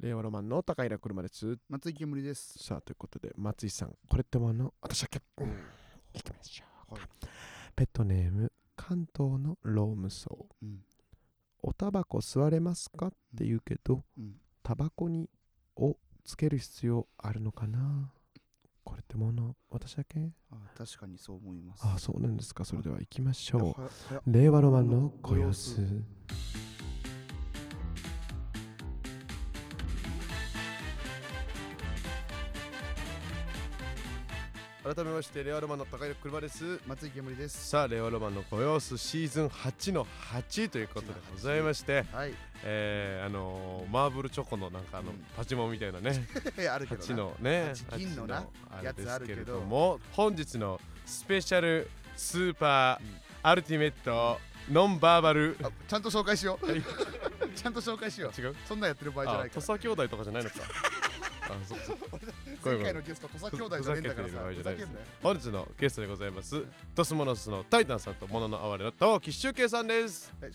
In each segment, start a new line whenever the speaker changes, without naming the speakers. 令和ロマンの高平車です。
松井煙です。
さあ、ということで、松井さん、これってもの、私は結構、いきましょうか
はい
ペットネーム、関東のローム層。
うん。
おタバコ吸われますかって言うけど、
うん。
タバコに、をつける必要あるのかなこれってもの、私だけ
あ確かにそう思います。
ああ、そうなんですか。それでは行きまし
いや
ょう。
はや
令和ロマンのご様子
ご様
改めまして令和ロマンの高平車です
松井煙です。
さあ令和ロマンのご様子シーズン8の8ということでございまして、
はい。
えーあのーマーブルチョコのなんかあの、
うん
パチモンみたいなね
あるけどな。
8のね
八銀のな
八
やつあるけど
ですれも本日のスペシャルスーパー
うん
アルティメットノンバーバル
あちゃんと紹介しよ。
はいう
ちゃんと紹介しよう。
違う
そんなんやってる場合じゃ
あ
ないか
土
ら。
佐兄弟とかじゃない のかあそそごめんごめ
前回
ん
のゲスト、土佐兄弟じゃねえんだからさ。
ふ
ふ
ざ
ざ
けて
け
る
んなよ。
本日のゲストでございますドスモノスのタイタンさんとモノの哀れの玉木周慶さんです
お願い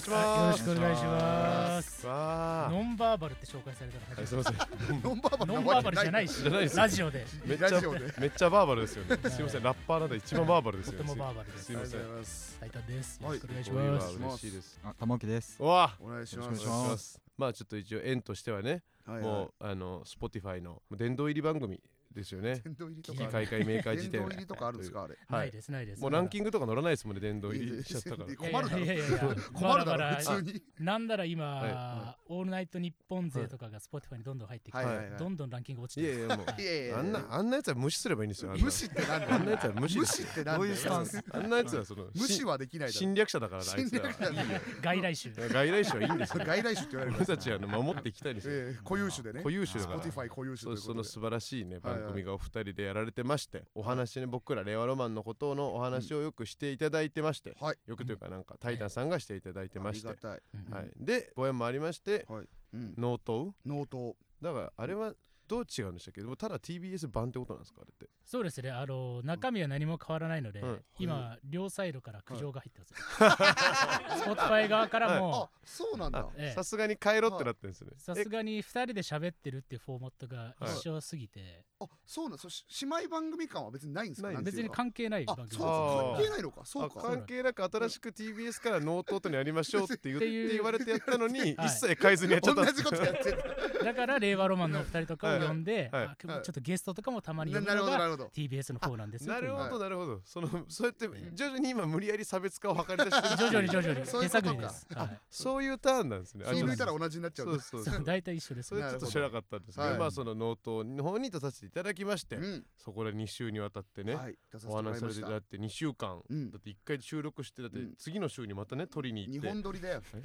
し
お願
ま
いします
す。
よろしくお願いしま
お願いします
す。
わ
ノンバーバルって紹介されたら
あ
初
すい
め
ません
ノンバーバ
て
ル
ノンバーバルじゃない
し。
し
じゃないです、
ラジオで。
めっちゃ
ラジオで。
めっちゃバーバルですよね
はい
すいませんラッパーなんで一番バーバルです
と
よ
て
ね
もバーバルです
すい。ません
ます。
タイタンです。よ
は
ろ
い
しくお願いし
これは
ます。
嬉しいです
あ、玉置です。
うわ
お願いし
よ
ま
ろ
す
しくお。願いします
まあちょっと一応縁としてはね
はいはい
もうあの Spotify の殿堂入り番組ですよね
殿堂入りと
危
か
機
ある。
開会明快時点
殿堂入りとかあるんですかあれ。
は
ないいですないです。
もうラン
ン
キングとか乗らないですもんね殿堂入りしちゃったから
いやいや困るだろ
いやいやいや。
困る
ま
だ
だ
ろ
まだ
普通に。
なんなら
は
今オールナイト日本勢とかが Spotify にどんどん入ってき
はいはい
て
はい、
どんどんランキング落ち
い
て
や
る。
いやもう
いやいやいや
あんなあんなやつは無視すればいいんですよあんな
無視ってなんだ
あんな
よ
やつは無視
無視ってなんだよ
どういうスタンス
あんなやつはその
無視はできないだろ。
侵略者だからねあい
侵
つら
略者だ
外来種。
外来種はいいんですよ
外来種って言われ
俺
るから
たちはあの守っていきたいんですよ
ええ固有種でね
固有種だから
Spotify 固有
そう
種というこ
そ
と
の
で
素晴らしいね
はいはい
番組がお二人でやられてましてお話ね僕ら令和ロマンのことのお話をよくしていただいてまして
はい
よくというかなんかタイタンさんがしていただいてまして
ありがたい、
うん
はいでご縁もありまして
うん、
納刀
ノート
だからあれはどう違うんでしたっけでもただ TBS 版ってことなんですかあれって
そうですね。あの中身は何も変わらないので
うん、
今両サイドから苦情が入って ます。Spotify 側から
あ。
も
そうなんだ
あ
ええ
さすがに帰ろってなってるんですね
さ
え
すがに2人で喋ってるっていうフォーマットが一緒すぎて、
あそうなんそし姉妹番組感は別にないんですか
ない
なんて
別
いう
に
か
関係ない番
あ
組
そう
あ
か
ー
関係ないのかそう
あ
か
関係なく新しく TBS からノートートにやりましょうって言っ
って
て
いう
言われてやったのに
はい
一切変えずにや っちゃった
同じことやって る
だから令和ロマンのお二人とかを呼んで、
はいはい
あちょっとゲストとかもたまに
な
呼ぶ
なる
の
ほどな
が
るほど
TBS の方なんです よ
なるほ
は
ど
い
なるほどそのそうやって徐々に今無理やり差別化を図り出してる
徐々に徐々に
そうい
手
うこと
探
か
りです、はい
そういうターンなんですねあ
気
そう
抜い
なんです
たら同じになっちゃうんだ
そうそう
そ
そう
う大体一緒です
それちょっと知らなかったんですけど
なるほど
ま
は
あ
い
そのノートの方に出させていただきまして、
うん
そこで2週にわたってね、
はい出させて
お
もら
話しさ
いま
れて
した
だって2週間、
うん
だって1回収録してだって
うん
次の週にまたね撮りに行
日
って、
本撮りだよ
え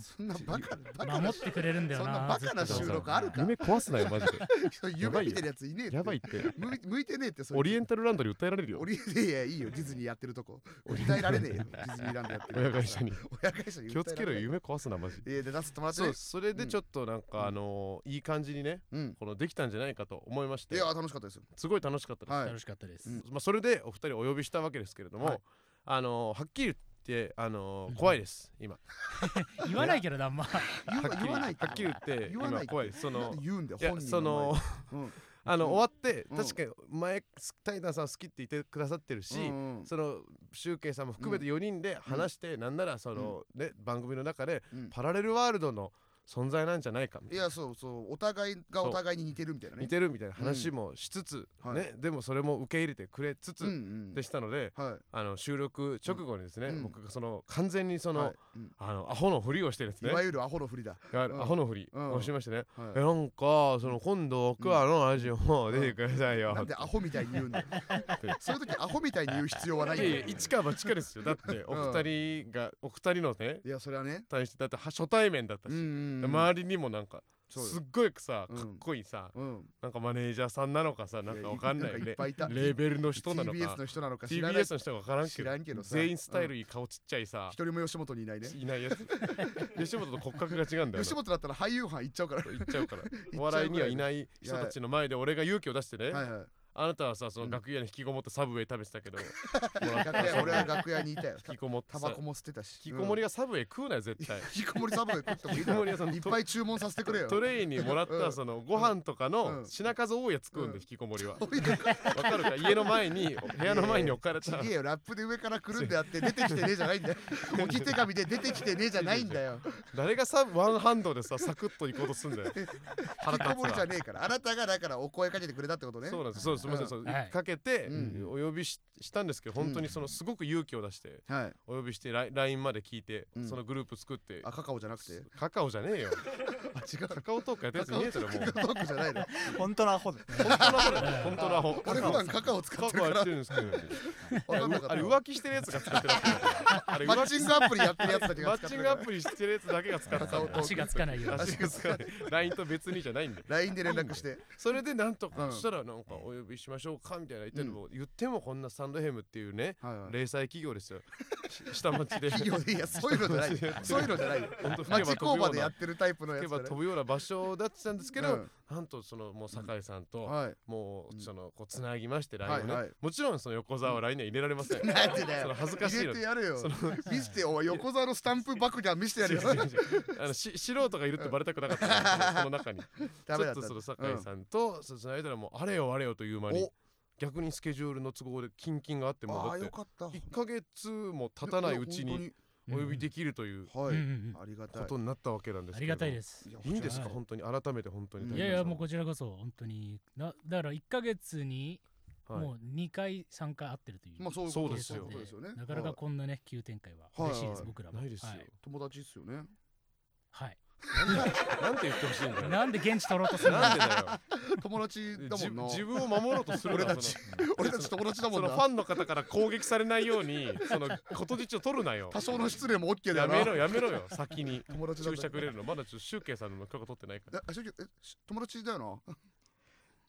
そんなバカバカ
守
な
ってくれるんだよ
そん
な
なバカな
ずっと
収録あるか
夢壊すなよマジで やば
夢
いよ
見てるやついねえって
やばいって
向い向いてねえってそれ
オリエンタルランドに訴えられるよ
オリエンタいやいいよディズニーやってるとこ訴えられねえよディズニーランドやってる
親会社に
親会社に訴えられない
気をつけろよ夢壊すなマジで
いや出させてもらって
そ
ね
うそれでちょっとなんか、
うん
あのーいい感じにね
うん
このできたんじゃないかと思いまし
い
て
や楽しかったですよ
すごい楽しかったです、
はい
楽しかったです、
うん
まあ、それでお二人をお呼びしたわけですけれども、
はい
あのーはっきり言って、あのー
うん
怖いです今
言わないけどなあんま
言
はっ
わ
きり
言わない
はっきり言って
言わない
今怖いそ
なん
の
で言うんだよ
いや
本人
その
前で
あの
うん
終わって
うん
確かに前タイタンさん好きって言ってくださってるし
うんうんうん
そのシュウケイさんも含めて4人で話してなんならそのね番組の中で
うん
パラレルワールドの存在なんじゃないかみ
い
たいな
やそうそうお互いがお互いに似てるみたいなね
似てるみたいな話もしつつ
うんは
ねでもそれも受け入れてくれつ
う
つ
んうん
でしたので
は
あの収録直後にですね
うん
僕がその完全にそ
いは
の
いうん
あのアホのふりをしてです
い
ね
わゆるアホの振りだ
あ
うん
アホのふり
うん
をしましてね
はい
えなんかその今度僕はあのラジオも出てくださいよ
なんでアホみたいに言うん だよそういう時アホみたいに言う必要はないい
や
ん
い
だ
や
よ
一か八かですよだってお二人がお二人のね
いやそれはね
対してだっては初対面だった
うん
し、
うんうん
周りにもなんか
そうよ
すっごいさ
う
か
ん
っこいいさ、
うん
なんかマネージャーさんなのかさなんかわかんない
いやいっ
ね
ぱいいた
レーベルの人なのか
TBS の人なのか知らない
TBS の人がわからんけ
知
ど
らんけどさ
全員スタイルいい顔ちっちゃいさ
一、人も吉本にいないね
いないや つ吉本と骨格が違うんだよ
吉本だったら俳優班行っちゃうから
な言っちゃうから
い
お笑いにはいない人たちの前で俺が勇気を出してね、
はいはい
あなたはさそうの
ん
楽屋に引きこもってサブウェイ食べてた けど、
楽屋俺は楽屋にいたよ
引きこもって
タ
さ
バコも捨てたし
引きこもり
が
がサブウェイ食うなよ絶 対
引きこもりサブウェイ食ってもい
引
いだ
きこも
ろ
りはその
いっぱい注文させてくれよ
トレイにもらっ
う
た
ん
そのご飯とか
う
の
ん
品数多いやつ食うん
うん
で引きこもりは
おいです
わかるか家の前に部屋の前に置かれた
げえよラップで上からくるんであって出てきてねえじゃないんだよ置き手紙で出てきてねえじゃないんだよ
誰がさワンハンドでさサクッと行こうとすんだよ
引
腹
きこも
立
り
つ
じゃ
わ
ねえからあなたがだからお声かけてくれたってことね
そうなんですそうすみません
うん
そう
はい
かけて
うん
お呼びししたんですけど本当にそのすごく勇気を出して
はい
お呼びしてライン LINE まで聞いて
うん
そのグループ作って
あカカオじゃなくて
カカオじゃねえよ
あ違う
カカオトークやったやつ見えたらもう
カカオじゃないの
本当のアホだ
本当のアホだよ本当のアホ
俺普段カカオ使
カ
って
カオ
る
や
か
ってるんですけど
ら分かんなかった
あれ浮気してるやつが使ってるやつだよあれ
マ
浮
ッ
気
チングアプリやってるやつだけ
マ
が
ッ
使って
チング
るから
アプリしてるやつだけが使ってた
カカオトーク
足がつかないように
確かに LINE と別にじゃないんで
LINE で連絡して
それでなんとか、
うん
そしたらなんかお呼びしましょうかみたいな言っても、言ってもこんなサンドヘムっていうね
はいはい
零細企業ですよ 下町で
企業でいやそういうのじゃないよそういうのじゃないよ
本当吹けば
町工
飛ぶよ
場
う
でや
な
ってるタイプの
吹け
やつだ
ば
ね
飛ぶような場所だってたんですけど、
うん
なんとそのもう酒井さんと、
はい
も
うん
うそのこうつなぎまして LINE をね、
はいはい
もちろんその横澤は LINE には入れられません、
なんで
そ
だ
の
よ
恥ずかしいの
入れて
で
やるよ
その
見せてお前横沢のスタンプ爆弾見せて やるよ
あのし素人がいるってバレたくなかったその中に
ダ
ち
メ
ょっ
だっ
とその
た
酒井さんとその間らもうあれよあれよという間に
お
逆にスケジュールの都合でキンキンがあってもう
あ
だ
あ
っ
よ
て
かった
1ヶ月も経たないうちにお呼びできるという
本当には
う
い
んうん
ありがたい
ことになったわけなんです
あ
け
り
れど
がたいです
いや
いいんですか
はい
本当に改めて本当に
いやいやもうこちらこそ本当になだから1ヶ月に
はい
もう2回3回会ってるという、
まあそういう
そう
こと
ですよ
そういうことですよね
なかな
は
か
い
こんなね急展開は
はい
嬉しいです、
はい
僕らも
ないですよ
はい、
友達っす よね
はい
なんて言ってほしいんだよ
なんで現地取ろうとするの
なんでだよ
友達だ
じ
もんな
自分を守ろうとするな
俺たち
その
俺たち友達だも
そ
ん
の
な
ファンの方から攻撃されないようにそのことじちを取るなよ
多少の失礼も OK だ
や
よな
めろやめろよ先に
友達だ
注射くれるのまだちょっとシュウケイさんの許可取ってないから
えあ正直えし友達だよな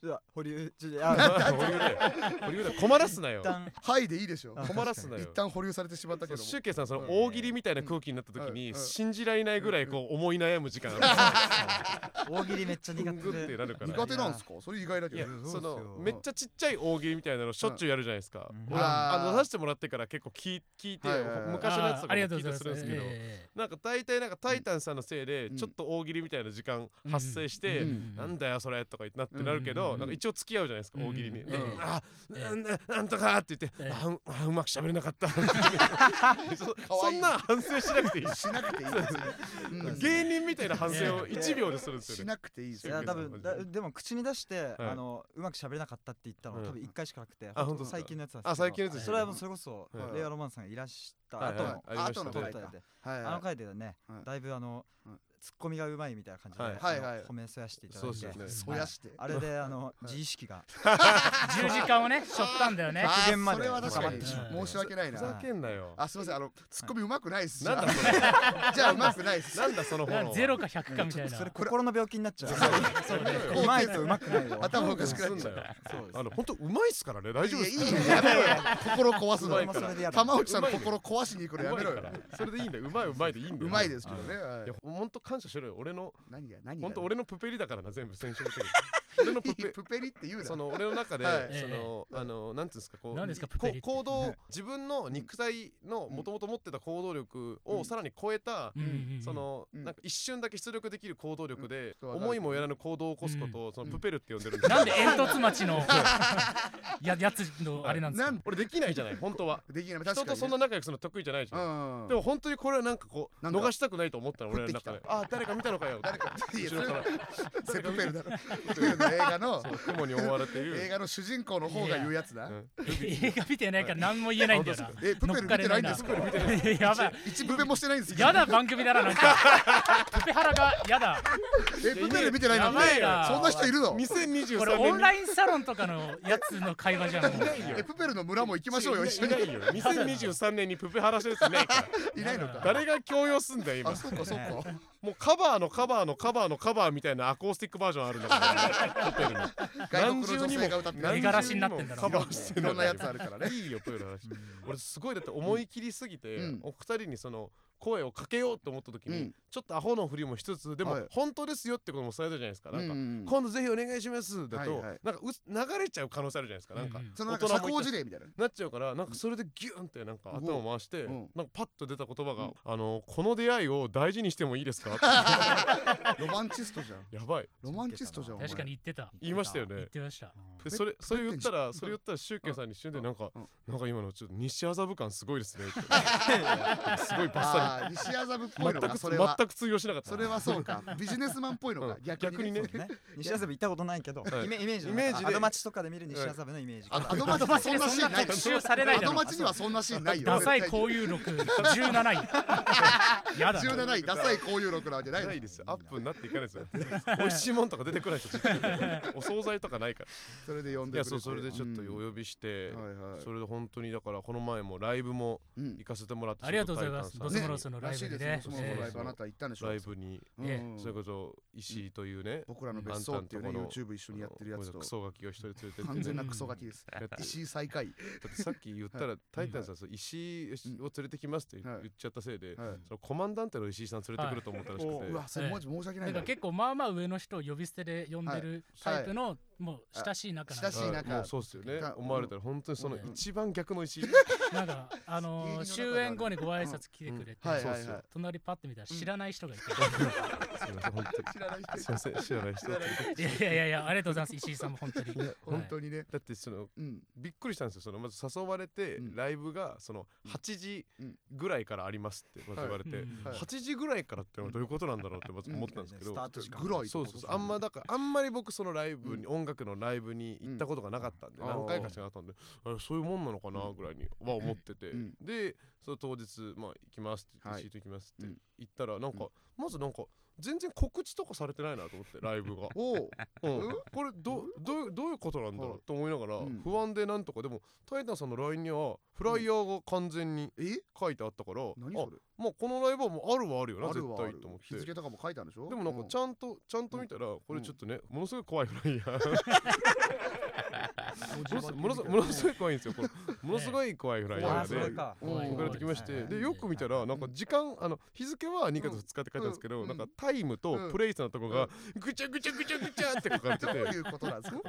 じゃあ保留じゃあ
保留だよ保留だよ困らすなよ
一旦
はいでいいでしょ
あ
困らすな
一
よ
旦保留されてしまったけども
シュウケイさんその大喜利みたいな空気になった時
う
に
んうん
信じられないぐらいこう思い悩む時間あ
大喜利めっちゃ
る
苦
グ
手
ッて
で
なるから
苦手なんですかそれ意外だ
い
け
や
ど
そ
そうです
の
よ
めっちゃちっちゃい大喜利みたいなのしょっちゅうやるじゃないですか、
うん
俺
あー
あの出してもらってから結構聞い聞いて、
はいはいはい
昔のやつとか
あーあ
も
りがとう
聞い
ござ
たり
います
るんですけど
ええ
なんか大体なんかタイタンさんのせいで
うん
ちょっと大喜利みたいな時間発生し
ええ
て、
うん
なんだよそれとか言ってなってなるけど、
うん
なんか一応付き合うじゃないですか、
うん
大喜利に、
うん
なんかあ
ええ
なんだなんとかって言って、
ええ
あうんあうまく喋れなかったそそんな反省しなくていい
しなくてい いです、うん
芸人みたいな反省を1秒でするんです
し
よね
なくていいです
い
よ
や多分だでも口に出して、あのうまく喋れなかったって言ったのは、
うん
多分一回しかなくて、
あ本当ですか
最近のやつなん
あ最近のやつ
ですよね
それはもうそれこそ、
はい
レイアロマンさんがいらした
はい
後
は
の
いありました
後の
撮
回
った
か
やつで、
はい
あの回ではね、
はい
だいぶあの、
はい
ツッコミがうまいみたいな感じで、
はい
はいはい
あの褒めそやしていただ
そう
い
です
て、
よね
燃やして
あれであの、自意識が
十時間をねしょったんだよね
あ極限ま
そ
で
れは確か
うん
に申し訳ない
ふ
な
ざけんなよ
あすいませんあのツッコミうまくないっす
なんだ
じ
それ
ゃあじゃあうまくないっす
なんだそのフォロー
な
は
ゼロか100かみ
ち
た
ょっ
い
と
な
それ心の病気になっちゃう
そうだよ
うまいとうまくないよ
頭お かしくなっ
すん
ち
だ
ゃう
よ
そうです
あの本当うまいっすからね大
い
丈夫
や
で
い
す
い
か
よ
ら
やめろよ心壊す
そ
の
れもそれでやる
玉置さんの心壊しに行くのやめろ
うまい
よ
からそれでいいんだようまいうまいでいいんだよ
うまいですけどねはい
いや本当感謝しろよ俺の
何が何が
本当俺のプペリだからな全部先週 の時俺のプ ペ
プペリって言うな
その俺の中で、
はい
その、あのなんていうんですかこう
何ですか
こ
プペリって
行
は
動
い
自分の肉体のもともと持ってた行動力
う
を
ん
さらに超えた、
うんうんうん
その、
うん
なんか一瞬だけ出力できる行動力で、
うん
思いもよらぬ行動を起こすことを、そのプペルって呼んでるんですよ
なんで煙突町のややつのあれなんです
な
か
ん
俺できないじゃない本当は
できない 確か
人
にね
とそんな仲良くするの得意じゃないじゃん、
うん
でも本当にこれはなんかこう
なんか
逃したくないと思ったの俺の中
降っ
で
て
あ誰か見たのかよ
誰かいや
後ろから
それプペルだろプペルの映画の
そう雲に覆われている
映画の主人公の方が言うやつだ
うん
映画見てないから何も言えないんだよな
えプペル見てないんですか
乗っかれないなやばい
一部目もしてないんですけど
やだ番組だななんかプペハラがやだ
えプペル見てないの
や
に
ばいな
そんな人いるの
2023
これ
年
オンラインサロンとかのやつの会話じゃんもう
えプペルの村も行きましょうよ一緒
い
に
ないよ2023年にプペハラしてるやついないから
いないのか
誰が強要すんだよ今
あそうかそうか
もうカバーのカバーのカバーのカバーみたいなアコースティックバージョンあるんだ からプペルの
外国の女性が歌って
何
る
絵柄師になってんだろ
カバーして
い
んだよ
ろんなやつあるから ね
いいよプペルの話俺すごいだって思い切りすぎて
うん
お二人にその声をかけようと思った時に、
うん
ちょっとアホのふりもしつつでも、
はい
本当ですよってことも伝えたじゃないですかなんか、
うん
今度ぜひお願いしますだと、
はいはい
なんかうつ流れちゃう可能性あるじゃないですかなんか、
うう
そのなんか
大
社
人もいた
交辞令みたいな
なっちゃうからなんかそれでギュンってなんか頭を回して、
うん
なんかパッと出た言葉が、
うん
あのこの出会いを大事にしてもいい ですかや
ロマンチストじゃん
ばい
ロマンチストじゃんお前
確かに言ってた
言いましたよね
言ってました
でそれそれ言ったら
うん
それ言ったら宗教さんに一瞬でなんか、
うん
なんか今のちょっと西麻布感すごいですね ってすごいバッサ
あー西麻布っ
リ
ぽいの
全
か
く
それは
全く通用しなかった
それはそうかビジネスマンっぽいのか
うん
逆にね
逆
ね西麻布行ったことないけど、
はい
イメイメージの
イメージで
アドマチとかで見る西麻布のイメージ
あ
が、
のアドマチはそんなシーンない
特集されない
ア
だ
ド
ろ
マチにはそんなシーンないよ
ダサい
絶対に
交友録17位やだな
17位ダサい交友録なわけない
ないですよアップになっていかないですよ美味しいもんとか出てこない ですよお惣菜とかないから
それで呼ん
い
で
や
くれて
そうそれでちょっと
うん
お呼びして、
はいはい
それで本当にだからこの前もライブも
うん
行かせてもらって
ありがとうございます
その
ボスモロスのライブでね
らしいですボスモロスのライブ
ええ
あなた行ったんでしょ
ライブに
ね
うん
それこそ石井というね、
僕らの別荘っていうね
あんたんとこ
YouTube 一緒にやってるやつ
あの
と
クソガキを一人連れてって
完全
ね
なクソガキです
やって
石井最下位
だってさっき言ったらタイタンさんそう石井を連れてきますって言
はい
っちゃったせいで、
はい
そのコマンダンテの石井さん連れてくると思ったらしくて、
うわそれマジ申し訳な
ないんか結構まあまあ上の人を呼び捨てで呼んでるタイプのもう親しい仲なんで
親しい中
もうそうっすよね
だ
思われたら本当にその
うん
一番逆の石井、
なんかあの
芸人の中では
ー
ね
終演後にご挨拶来てくれて
うんはい
そうっ
はい
すよ、
はい
隣パッて見たら知らない人がいて
すいません本当に
知 らない人
すいません知らない人だ
いやいやいやいやありがとうございます石井さんも本当に
本当にね
ってその
うん
びっくりしたんですよそのまず誘われて、
うん
ライブがその
うん
8時
うん
ぐらいからありますってまず言われて、
うん
はい
8時ぐらいからってのはどういうことなんだろうってまず思ったんですけど、
スタート時間
ぐらい
そうそうそうあんまだからあんまり僕そのライブに、音楽のライブに行ったことがなかったんで、
うん
何回かしかなかったんであれそういうもんなのかなぐらいには思ってて、
うん
でその当日、まあ、行きますって言っ
はい
て、シート行きますって
うん
言ったらなんか、
う、
まずなんか全然告知とかされてないなと思ってライブが
おお
うん
うん
これどどうどういうことなんだろうと思いながら、
うん
不安でなんとかでもタイタンさんの LINE にはフライヤーが完全に
え
書いてあったから、
何
あ
それ
もうこのライブはもうあるはあるよな
あ
絶
るはあ
対
る
と思って
日付とかも書いたんでしょ
でもなんかちゃんとちゃんと見たらこれちょっとねものすごい怖いフライヤ ーものすものすごい怖いんですよこれ ものすごい怖いフライ
あ
ヤ
あ
ー
そ
で
れか、
うん
はい
送られてきまし
はい
て
はい
でよく見たらなんか時間あの日付は2月2日って書いてあるんですけ
う
ど
ん
なんかタイムとプレイスのとこがぐちゃぐちゃぐちゃぐちゃって書かれて
どう
て
いうことなんです か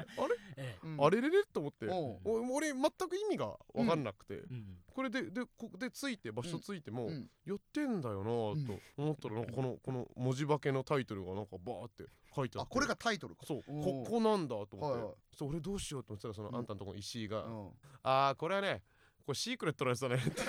ええ
あれれれと思って
お
お俺全く意味が分かんなくて
うん
これででこでついて場所ついても
うん
やってんだよなぁと思ったらなんかこのこの文字化けのタイトルがなんかバーって書いてあ
あ
って
これがタイトルか
そう
お
こ
ー
こなんだと思って、
はいはい
そう俺どうしようと思ってたらその、
うん
あんたのとこの石井
う
が「
ん
ああこれはねこれシークレットのや つだね」って
知っ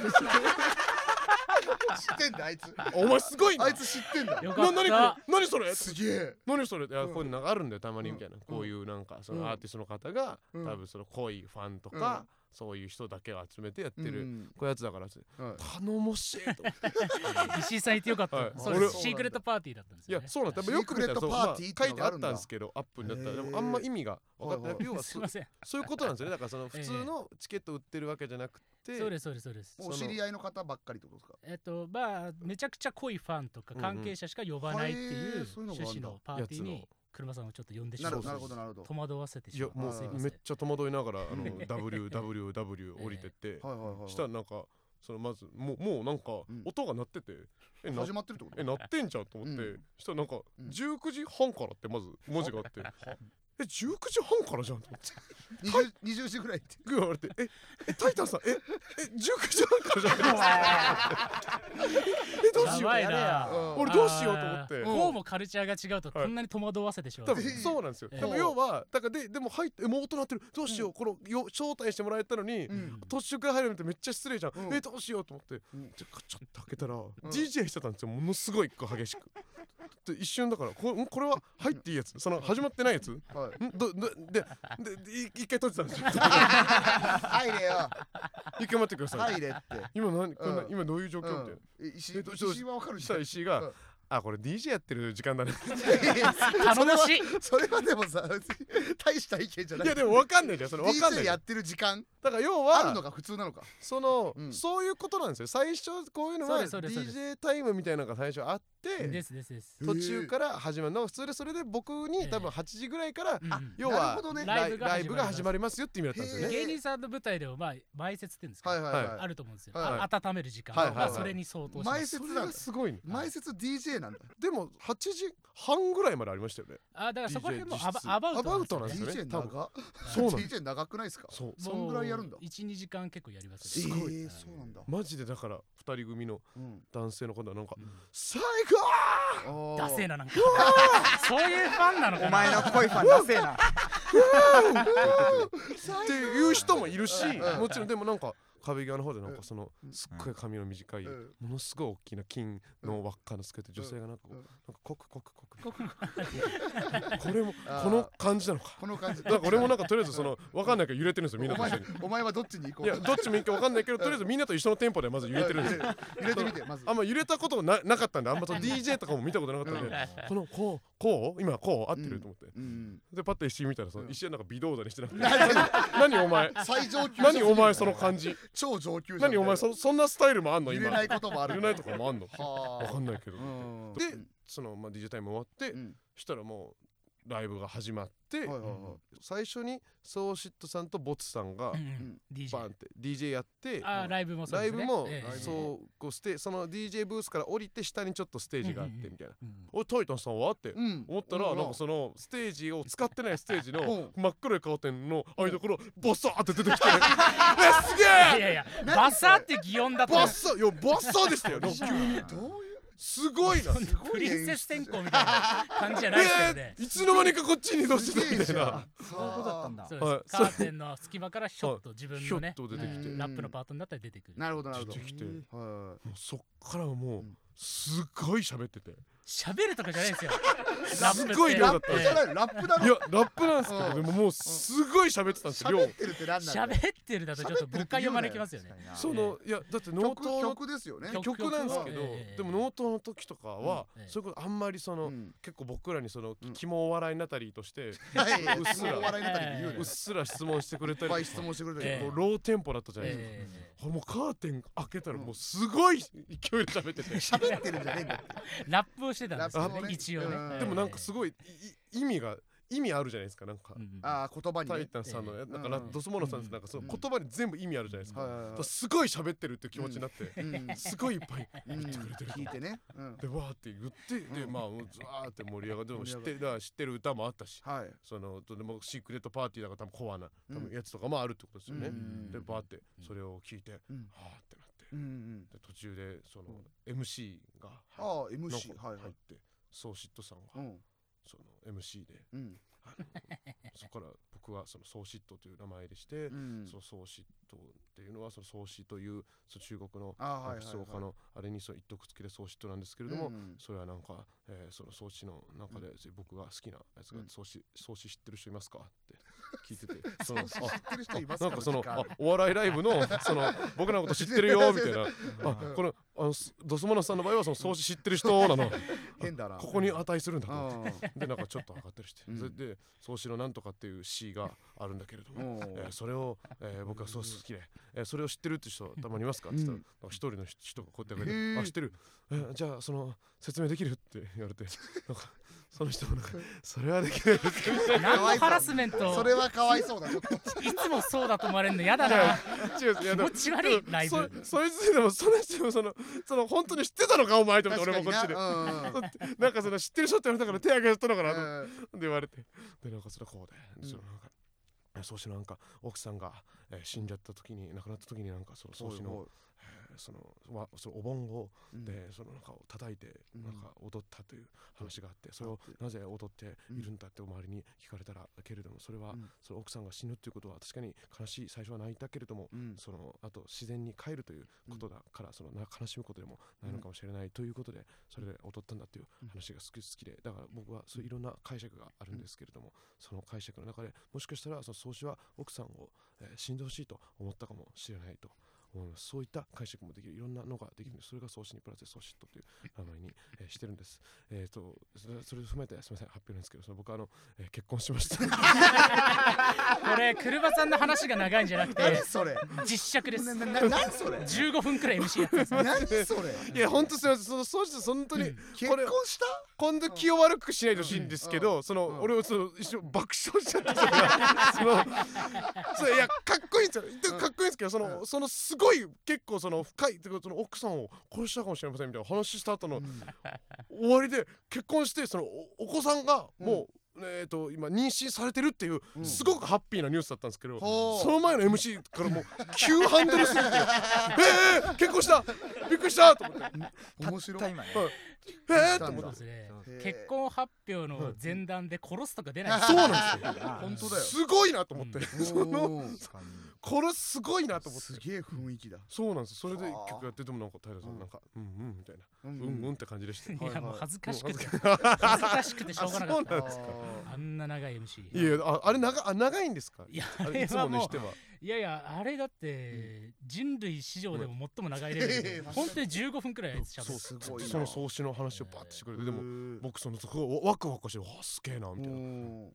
てんだあいつ
「お前すごいな
あいつ知ってんだ
よか
な
っ
何
た
これ何それ
すげえ
何それ」いや
うん
こういうのがあるんだよたまにみたいな、こういうなんかそ
うん
のアーティストの方が、
うん
多分その濃いファンとか、
うん
そういう人だけを集めてやって
う
る、
ん
こういうやつだからって
はい
頼もしいと思って
石井さんいてよかった、
はい
それ
俺
シークレットパーティーだったんです
い
よ、
や
ね、
そうなんだ
は
多分よく見たら
シークレット
そう
パーティーって
まあ書いてあ
のがある
っ
んだ
たんですけどアップになったらで
へ
も
ー
あんま意味が分かっ
は
てな
いはい
い要はい
す
そ
いません
そういうことなんですよねだから その普通のチケット売ってるわけじゃなくて、
そうですそうですそうです
お知り合いの方ばっかりってことですか
えっとまあめちゃくちゃ濃いファンとか
うんうん
関係者しか呼ばないってい
へえ
う
そういうのがある
趣旨
んだ
のパーティー
やつ
に
の
車さんをちょっと呼んでし
な
ま
る
う
ほどなるほどなるほ
戸惑わせて
い
し
や
まう
も
はいは
う
い
めっちゃ戸惑いながらあ の
うん
WWW 降りてって
どはいはいはいはい
したらなんかそのまずもうもうなんか
うん
音が鳴っててえな
始まってるってこと
え鳴ってんじゃんと思っ
う
てしたらなんか
うん
19時半からってまず文字があってえ19時半からじゃんと思って
20, 20時ぐらいって
言われてええタイタンさんええ19時半からじゃんと思 ってえどうし
や
よ
ば
う
いな
うん
俺どうしようと思って
こうもカルチャーが違うとこんなに戸惑わせてしまう、
多分そうなんですよ、
ええ
でも要はだからででも入ってえもう大人になってるどうしよう、
う
このよ招待してもらえたのに、
うん
途中から入るのってめっちゃ失礼じゃん、
うん
えどうしようと思って、
うん
じゃあちょっと開けたら、
ん
DJ してたんですよものすごいこう激しくで一瞬だからこんこれは入っていいやつその始まってないやつん
はい
どどでででい一回閉じたん ですよ
入れよ
一回待ってください、
入れって
今何こんな、
うん
今どういう状
う
況みたいな、
んえ石
えどうしよう
石井はわか
そ
る
し
じ
た
ゃ
ら
ん
石井が、
うん
あこれ DJ やってる時間だね
いやいや
頼もしい
それはでもさ別に 大した意見じゃな
い
い
やでも分かんないじゃんそれ分かんな
DJ
いじゃ
や
ん
ってる時間
だから要
あるの
は
が普通なのか
その、
うん
そういうことなんですよ最初こういうのは
そうですそうですそうです
DJ タイムみたいなのが最初あって
ですですです。
途中から始まるのが普通でそれで僕
え
に
え
多分8時ぐらいから
うんうん
要
なる
は
ほどね
ライ
ラ
ラ
イ
イ
ブ
ブ
が
が
始
始
ま
まりますよって意味だったんですよ
へ
ね。
芸人さんの舞台でもまあ前説っていうんですか、
はいはい
は
は
あると思うんですよ、
はいはい
あ温める時間、
はいはい
はい
まあ、それに相当
い
します
前
そ
説
れ
なん
が
だ
すごいね。
前説 DJ なんだ
でも8時半ぐらいまでありま したよね。
あだからそこら辺も
DJ
ア
実質
バアバウト
アバウトなんですよね
DJ
多分
長
そうなんです
DJ 長くないですか
そう
そんぐらいやるんだ
12時間結構やります
すごい
えーそうなんだ
マジでだから2人組の
うん
男性の方はなんか
うん
「最高!」
あー
ダセーななんか そういうファンなのかな
お前の恋ファンダセーな
っていう人もいるし
うん
もちろんでもなんか壁際の方でなんかその
うん
すっごい髪の短い
うん
ものすごい大きな金の輪っかのつけて女性がなんかこう
うん
なんかコクコクコクこれも
あー
この感じなのか
この感じ
だから俺もなんかとりあえずそのわかんないけど揺れてるんですよみんな
お
と一
前
緒に
お前はどっちに行こ
いうやどっちもいいかわかんないけどとりあえずみんなと一緒のテンポでまず揺れてるんですよ
揺れてみてまず
あんま揺れたこともななかったんであんまその DJ とかも見たことなかったんでこのこうこう今こう合ってると思って
うん
でパッと石井見たらその
うん
石井はなんか微動だにしてなくて
何
何お前
最上級者
何お前その感じ
超上級者
何お前そそんなスタイルもあんの
揺
今
れないこともある
揺れないとかもあんのわか
は
んないけど
あうん
でそのまあ DJ タイム終わって
うん
したらもうライブが始まって
はいはいはい
最初にソーシットさんとボツさんが
うん
う
う
んん
DJ
バンって DJ やって
あーライブもそう
ラ
で
イ
すね
ブも
ええ
そうこうステその DJ ブースから降りて下にちょっとステージがあってみたいな
うん
「おいタイタンさんは?」って
うん
思ったらなんかそのステージを使ってないステージの
う
真っ黒いカーテンの間からボサーって出てきてえすげ
い
え
やいや
何
バサーって擬音だと
ボッサーいやボッサーで したよなんか
どういう
すごいな
そんなプリンセス天候みたいな感じじゃないですよね
えーいつの間にかこっちに移動してたみたいな
そ
そういうことだったんだ
そう
は
で
い
すカーテンの隙間からひょっと自分
ひょ
の
っ
ね
と出てき
う
て
ん
も
ラップのパートになったら出てくる
なるほどなるほ
出てきて
どは
うそっからも
う
うんすごい喋ってて
喋るとかじゃないですよラップ っ
す
て
ごい
い
量
ラ
だ
ッ
った
プじゃないラップだ
い
ろ
やラップなんですけどでももうすごい喋ってたんですよ量
喋ってるってなんなんだよ
喋ってるだとちょっと誤解を招きますよね
そのいやだって納
曲
刀の
曲ですよね
曲
曲なんですけど
ええええ
でも納刀の時とかは
うんええ
それこそあんまりその
うん
結構僕らにその
うん
肝お笑いなたりとして
はい
っすら
お笑いのために言うね
うっすら質問してくれ
い
た
っ
りと
ぱ
か
い質問してくれた
え
け
え
も
ど
うローテンポだったじゃないですか
ええ
あもうカーテン開けたら
うん
もうすごい勢いで喋 ってて
喋ってるんじゃねえんだって
ラップをしてたんですよ
ラップを
ね
ね
一応ね、
うん
でもなんかす
い、
ごいいい意味が意味あるじゃないですかなんか
うんうん
ああ言葉に
タイ
ね
タンさんのね
ん
なんかラ
うん
ドスモノさんってなんかその
うん
言葉に全部意味あるじゃないですか
は
だ
いはい
か
は
らすごい喋ってるって気持ちになって
いうん
すごいいっぱい 言
うん
ってくれてる
聞いてねうん
でわーって言ってで
うん
まあずわーって盛り上がってでも知って
盛り上が
だから知ってる歌もあったし
はい
そのとでもシークレットパーティーだから多分コアな多
う
分
ん
やつとかもあるってことですよね
うんうん
でバーってそれを聞いては
う
ーっ
ん
てなって
うんうん
で途中でその MC が
ああ
なん
MC
か入
はいはい
ってソーシットさんが
うん
その MC で
うん
あのそこから僕はそのソーシットという名前でして、
うん
そのソーシットっていうのはそのソーシというその中国の
ああはいはい
思想家のあれにその一徳付きでソーシットなんですけれども、
うん
それはなんか、えーそのソーシの中で僕が好きなやつが
うん
ソーシ、ソーシ知ってる人いますか って聞いててその
知ってる人いま
あ
す
なん
の
かその
時間
あお笑いライブのその僕らのこと知ってるよみたい なあ
うん
このあのすドスモナスさんの場合はそのソーシ知ってる人なの
変だな
ここに値するんだと思って
あ あ
でなんかちょっと上がったりして、
うん
それで総司のなんとかっていう詩があるんだけれども、
お
えー
ー
それを、えー僕はそう好きで、えーそれを知ってるって人たまにいますかって言ったら
うん
なんか一人の人がこうやって上
へ
げ
ー
て「あ知ってる、えーじゃあその説明できる?」って言われてなんかその人もなんか「それはできないです」みたいな
何のハラスメント
それはかわいそうだちょっと
いつもそうだと思われるの嫌だな
違ういや
気
でも
持ち悪いライブ
そそいつでもその人もそのその本当に知ってたのかお前と思って
確か
俺
に
もこっちで。
なうん
なん かその知ってる人って言われたから手挙げたのかなと思って
うん
で言われてでなんかそれこうで、
うん
そのなんか宗師のなんか奥さんが、えー死んじゃった時に亡くなった時になんかその宗師の、えーそのわそのお盆を、
うん
でそのなんか叩いて
うん
なんか踊ったという話があって、それをなぜ踊っているんだってお周りに聞かれたらけれどもそれは、
うん
その奥さんが死ぬっていうことは確かに悲しい最初は泣いたけれども、
うん
そのあと自然に帰るということだから、そのな悲しむことでもないのかもしれないということでそれで踊ったんだっていう話が好き好きでだから僕はそういろんな解釈があるんですけれども、その解釈の中でもしかしたらその宗師は奥さんを、えー死んでほしいと思ったかもしれないと思いますそういった解釈もできるいろんなのができるんですそれが送信にプラス送信とっていう名前に、えーしてるんですえっ、とそれそれを踏まえてすみません発表なんですけどその僕はあの、えー結婚しました
これ車さんの話が長いんじゃなく
何
て
それ
実尺です
ななな何それ
15分くらい MC やってます
何それ
いや本当すみませんその送信本当に、
結
これ
婚した
今度気を悪くしないでほしいんですけど、その、
うん
俺をその一瞬爆笑しちゃって そのそのそういやかっこいいんですよでかっこいいんですけどその、
う
そのすごい結構その深いてかその奥さんを殺したかもしれませんみたいな話した後の、
うん
終わりで結婚してそのおお子さんがもう、えー、と今妊娠されてるっていう、
うん
すごくハッピーなニュースだったんですけど、
ほう
その前の MC からもう急ハンドルする っていうえー、えー、結婚したびっくりしたと思って
面白
たっ
い
た今ね
はいえー、と
そう
思
な
って
だ
そうですね
へー
結婚発表の前段で殺すとか出ない
そうなんですよ
本当だよ
すごいなと思って、その
うん
これすごいなと思って
すげえ雰囲気だ
そうなんですそれで
はあ
一曲やっててもなんか平さ
うん
んなんかうんうんみたいな
う
うんうんって感じでしたよ
い
はいは
や
い
もう恥ずかしくて
も
恥ずかしくてしょうがなか
あ
っ
そう
た
なんですか
あんな長い MC
いやああれ長あ長いんですか
いや
あ
あ
れ
れ
いつも
は
に
も
しては
ういやいやあれだって人類史上でも最も長いレベルで
うん
本当に15分くらいあいつしゃべ
そう
る
すごいな
その創始の話をバーってしてくれてでも
も
僕そのそこワクワクしてわあすげえなみたいな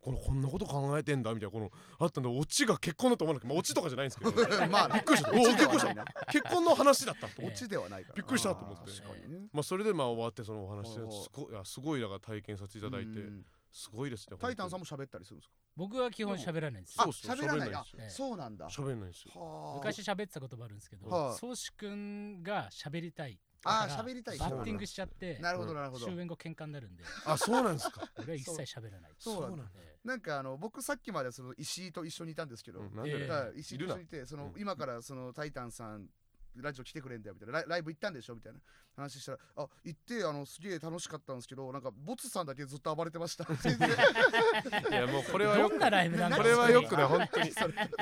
このこんなこと考えてんだみたいなこのあったんでオチが結婚だと思わなくて、まあ、オチとかじゃないんですけどびっ
まあね
くり したおお結婚した結婚の話だったと思っ
オ
て
チではないから
びっくりしたと思って
あー確かにね
まあそれでまあ終わってそのお話で
はいはい
すごいいやすごいだから体験させていただいて
うん
すごいですね
タイタンさん
も
も喋ったりするんですか
僕は基本喋らないんです
あ
よ
そうそう
喋ら
喋んな
ない
い
な
です
よええ
そうなんだ
喋れないんですよ
はあ
昔喋ってたこともあるんですけど
はい
宗志くんが喋りたい
あー
だから
喋りたい
バッティングしちゃって
なるほどなるほど
終演後喧嘩になるんで
あそうなんですか
俺は一切喋らないです
そうなんだ
ええ
なんかあの僕さっきまでその石井と一緒にいたんですけど、
うんな
だ
んでだよ
ええ
から石井と一緒にいてその、
うん
今からそのタイタンさんラジオ来てくれんだよみたいなライライブ行ったんでしょみたいな話したら「あ行ってあのすげえ楽しかったんですけどなんかボツさんだけずっと暴れて ました」全然
いやもうこれはよ
ど
く
んなライブなんだ
こ
ろう
れはよく
ね
ね本当にい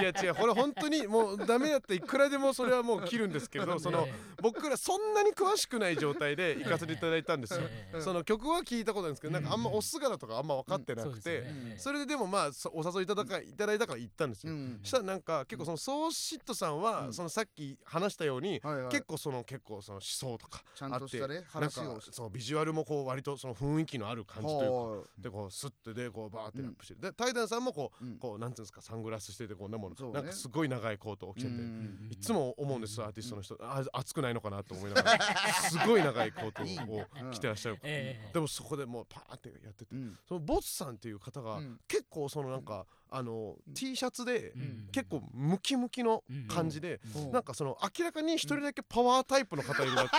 や違うこれ本当にもうダメだったらいくらでもそれはもう切るんですけ どその
え
僕らそんなに詳しくない状態で行かせていただいたんですよ
えええ
その曲は聞いたことあるんですけどなんかあんまお姿とかあんま分かって
え
な
そう
く
ですよ
て
ねええ
それででもまあそお誘いいただかいただいたから行ったんです
う
よ
ん
したらなんか結構そのソーシットさん
う
は
ん
そのさっき話したように
はいはい、
結構その結構その思想とか
ちゃんとしたね
なん
話
か
をして
そうビジュアルもこう割とその雰囲気のある感じというか
は
でこうスッてでこうバーって
うん
ラップして、でタイタンさんもこ
あうん
うこうなんていうんですかサングラスしててこんなもの、
そうね
なんかすごい長いコートを着てて、
うん
いつも思うんですアーティストの人、あ暑くないのかなと思いながら すごい長いコートを
うん
着てらっしゃるから、
ええ
でもそこでもうパーってやってて、
うん
そのボスさんっていう方が
うん
結構そのなんか、あの T シャツで
うん
結構ムキムキの感じで、なんかその明らかに一人だけパワータイプの方い るなって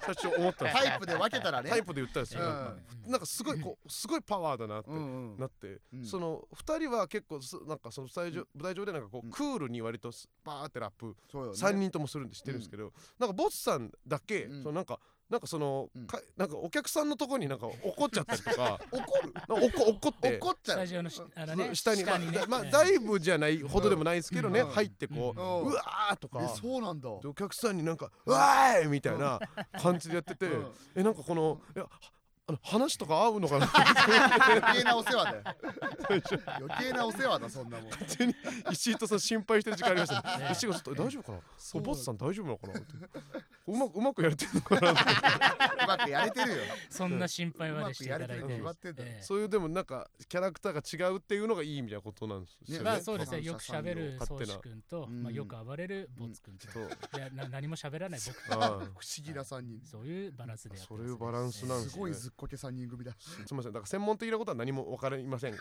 最初思ったんですよ
タイプで分けたらね
タイプで言ったんですよ、
うん
なんかすごいこうすごいパワーだなって
うんうん
なって、
うん
その2人は結構すなんかその舞台上,、舞台上でなんかこう、
うん
クールに割とすバーってラップ、
そうよね
3人ともするんで知ってるんですけど、なんかボスさんだけ、
うん
そのなんかなんかその、
うん
かなんかお客さんのとこになんか怒っちゃったりとか
怒る
なんか怒怒って
怒っち
ス
ゃ
タ
う
ジオのしあの
そ
ね
の下に
ね
まあ、
え
ま
え
あ、だいぶじゃないほどでもないですけどね、
うん
入ってこう、
うん
うわーとか
えそうなんだ
でお客さんになんか「うわーい!」みたいな感じでやってて、
うん
えなんかこのいやはあの話とか合うのかな
余計なお世話だよ余計なお世話だそんなもん
普通に石井とさん心配してる時間ありました、ね
ね、
石井がちょっと大丈夫かな
そう
ボスさん大丈夫なのかなってうまくうまくやれてるのかなって
うまくやれてるよ
そんな心配までしていただいて
うまくやれてるに決まってんだよ
ええ
そういうでもなんかキャラクターが違うっていうのがいいみたいなことなんですよね。
ね
まあそうですね
登
よ
山者
く
さんの
喋る
勝
宗
手な
志くんと、
うん
まあ、よく暴れるボツくんと、
そう
いやな何も喋らない僕
ああ
不思議な3人
そういうバランスでやってます、
そういうバランスなんです
ごいずっこけ3人組だ
すみませんだから専門的なことは何も分かり ません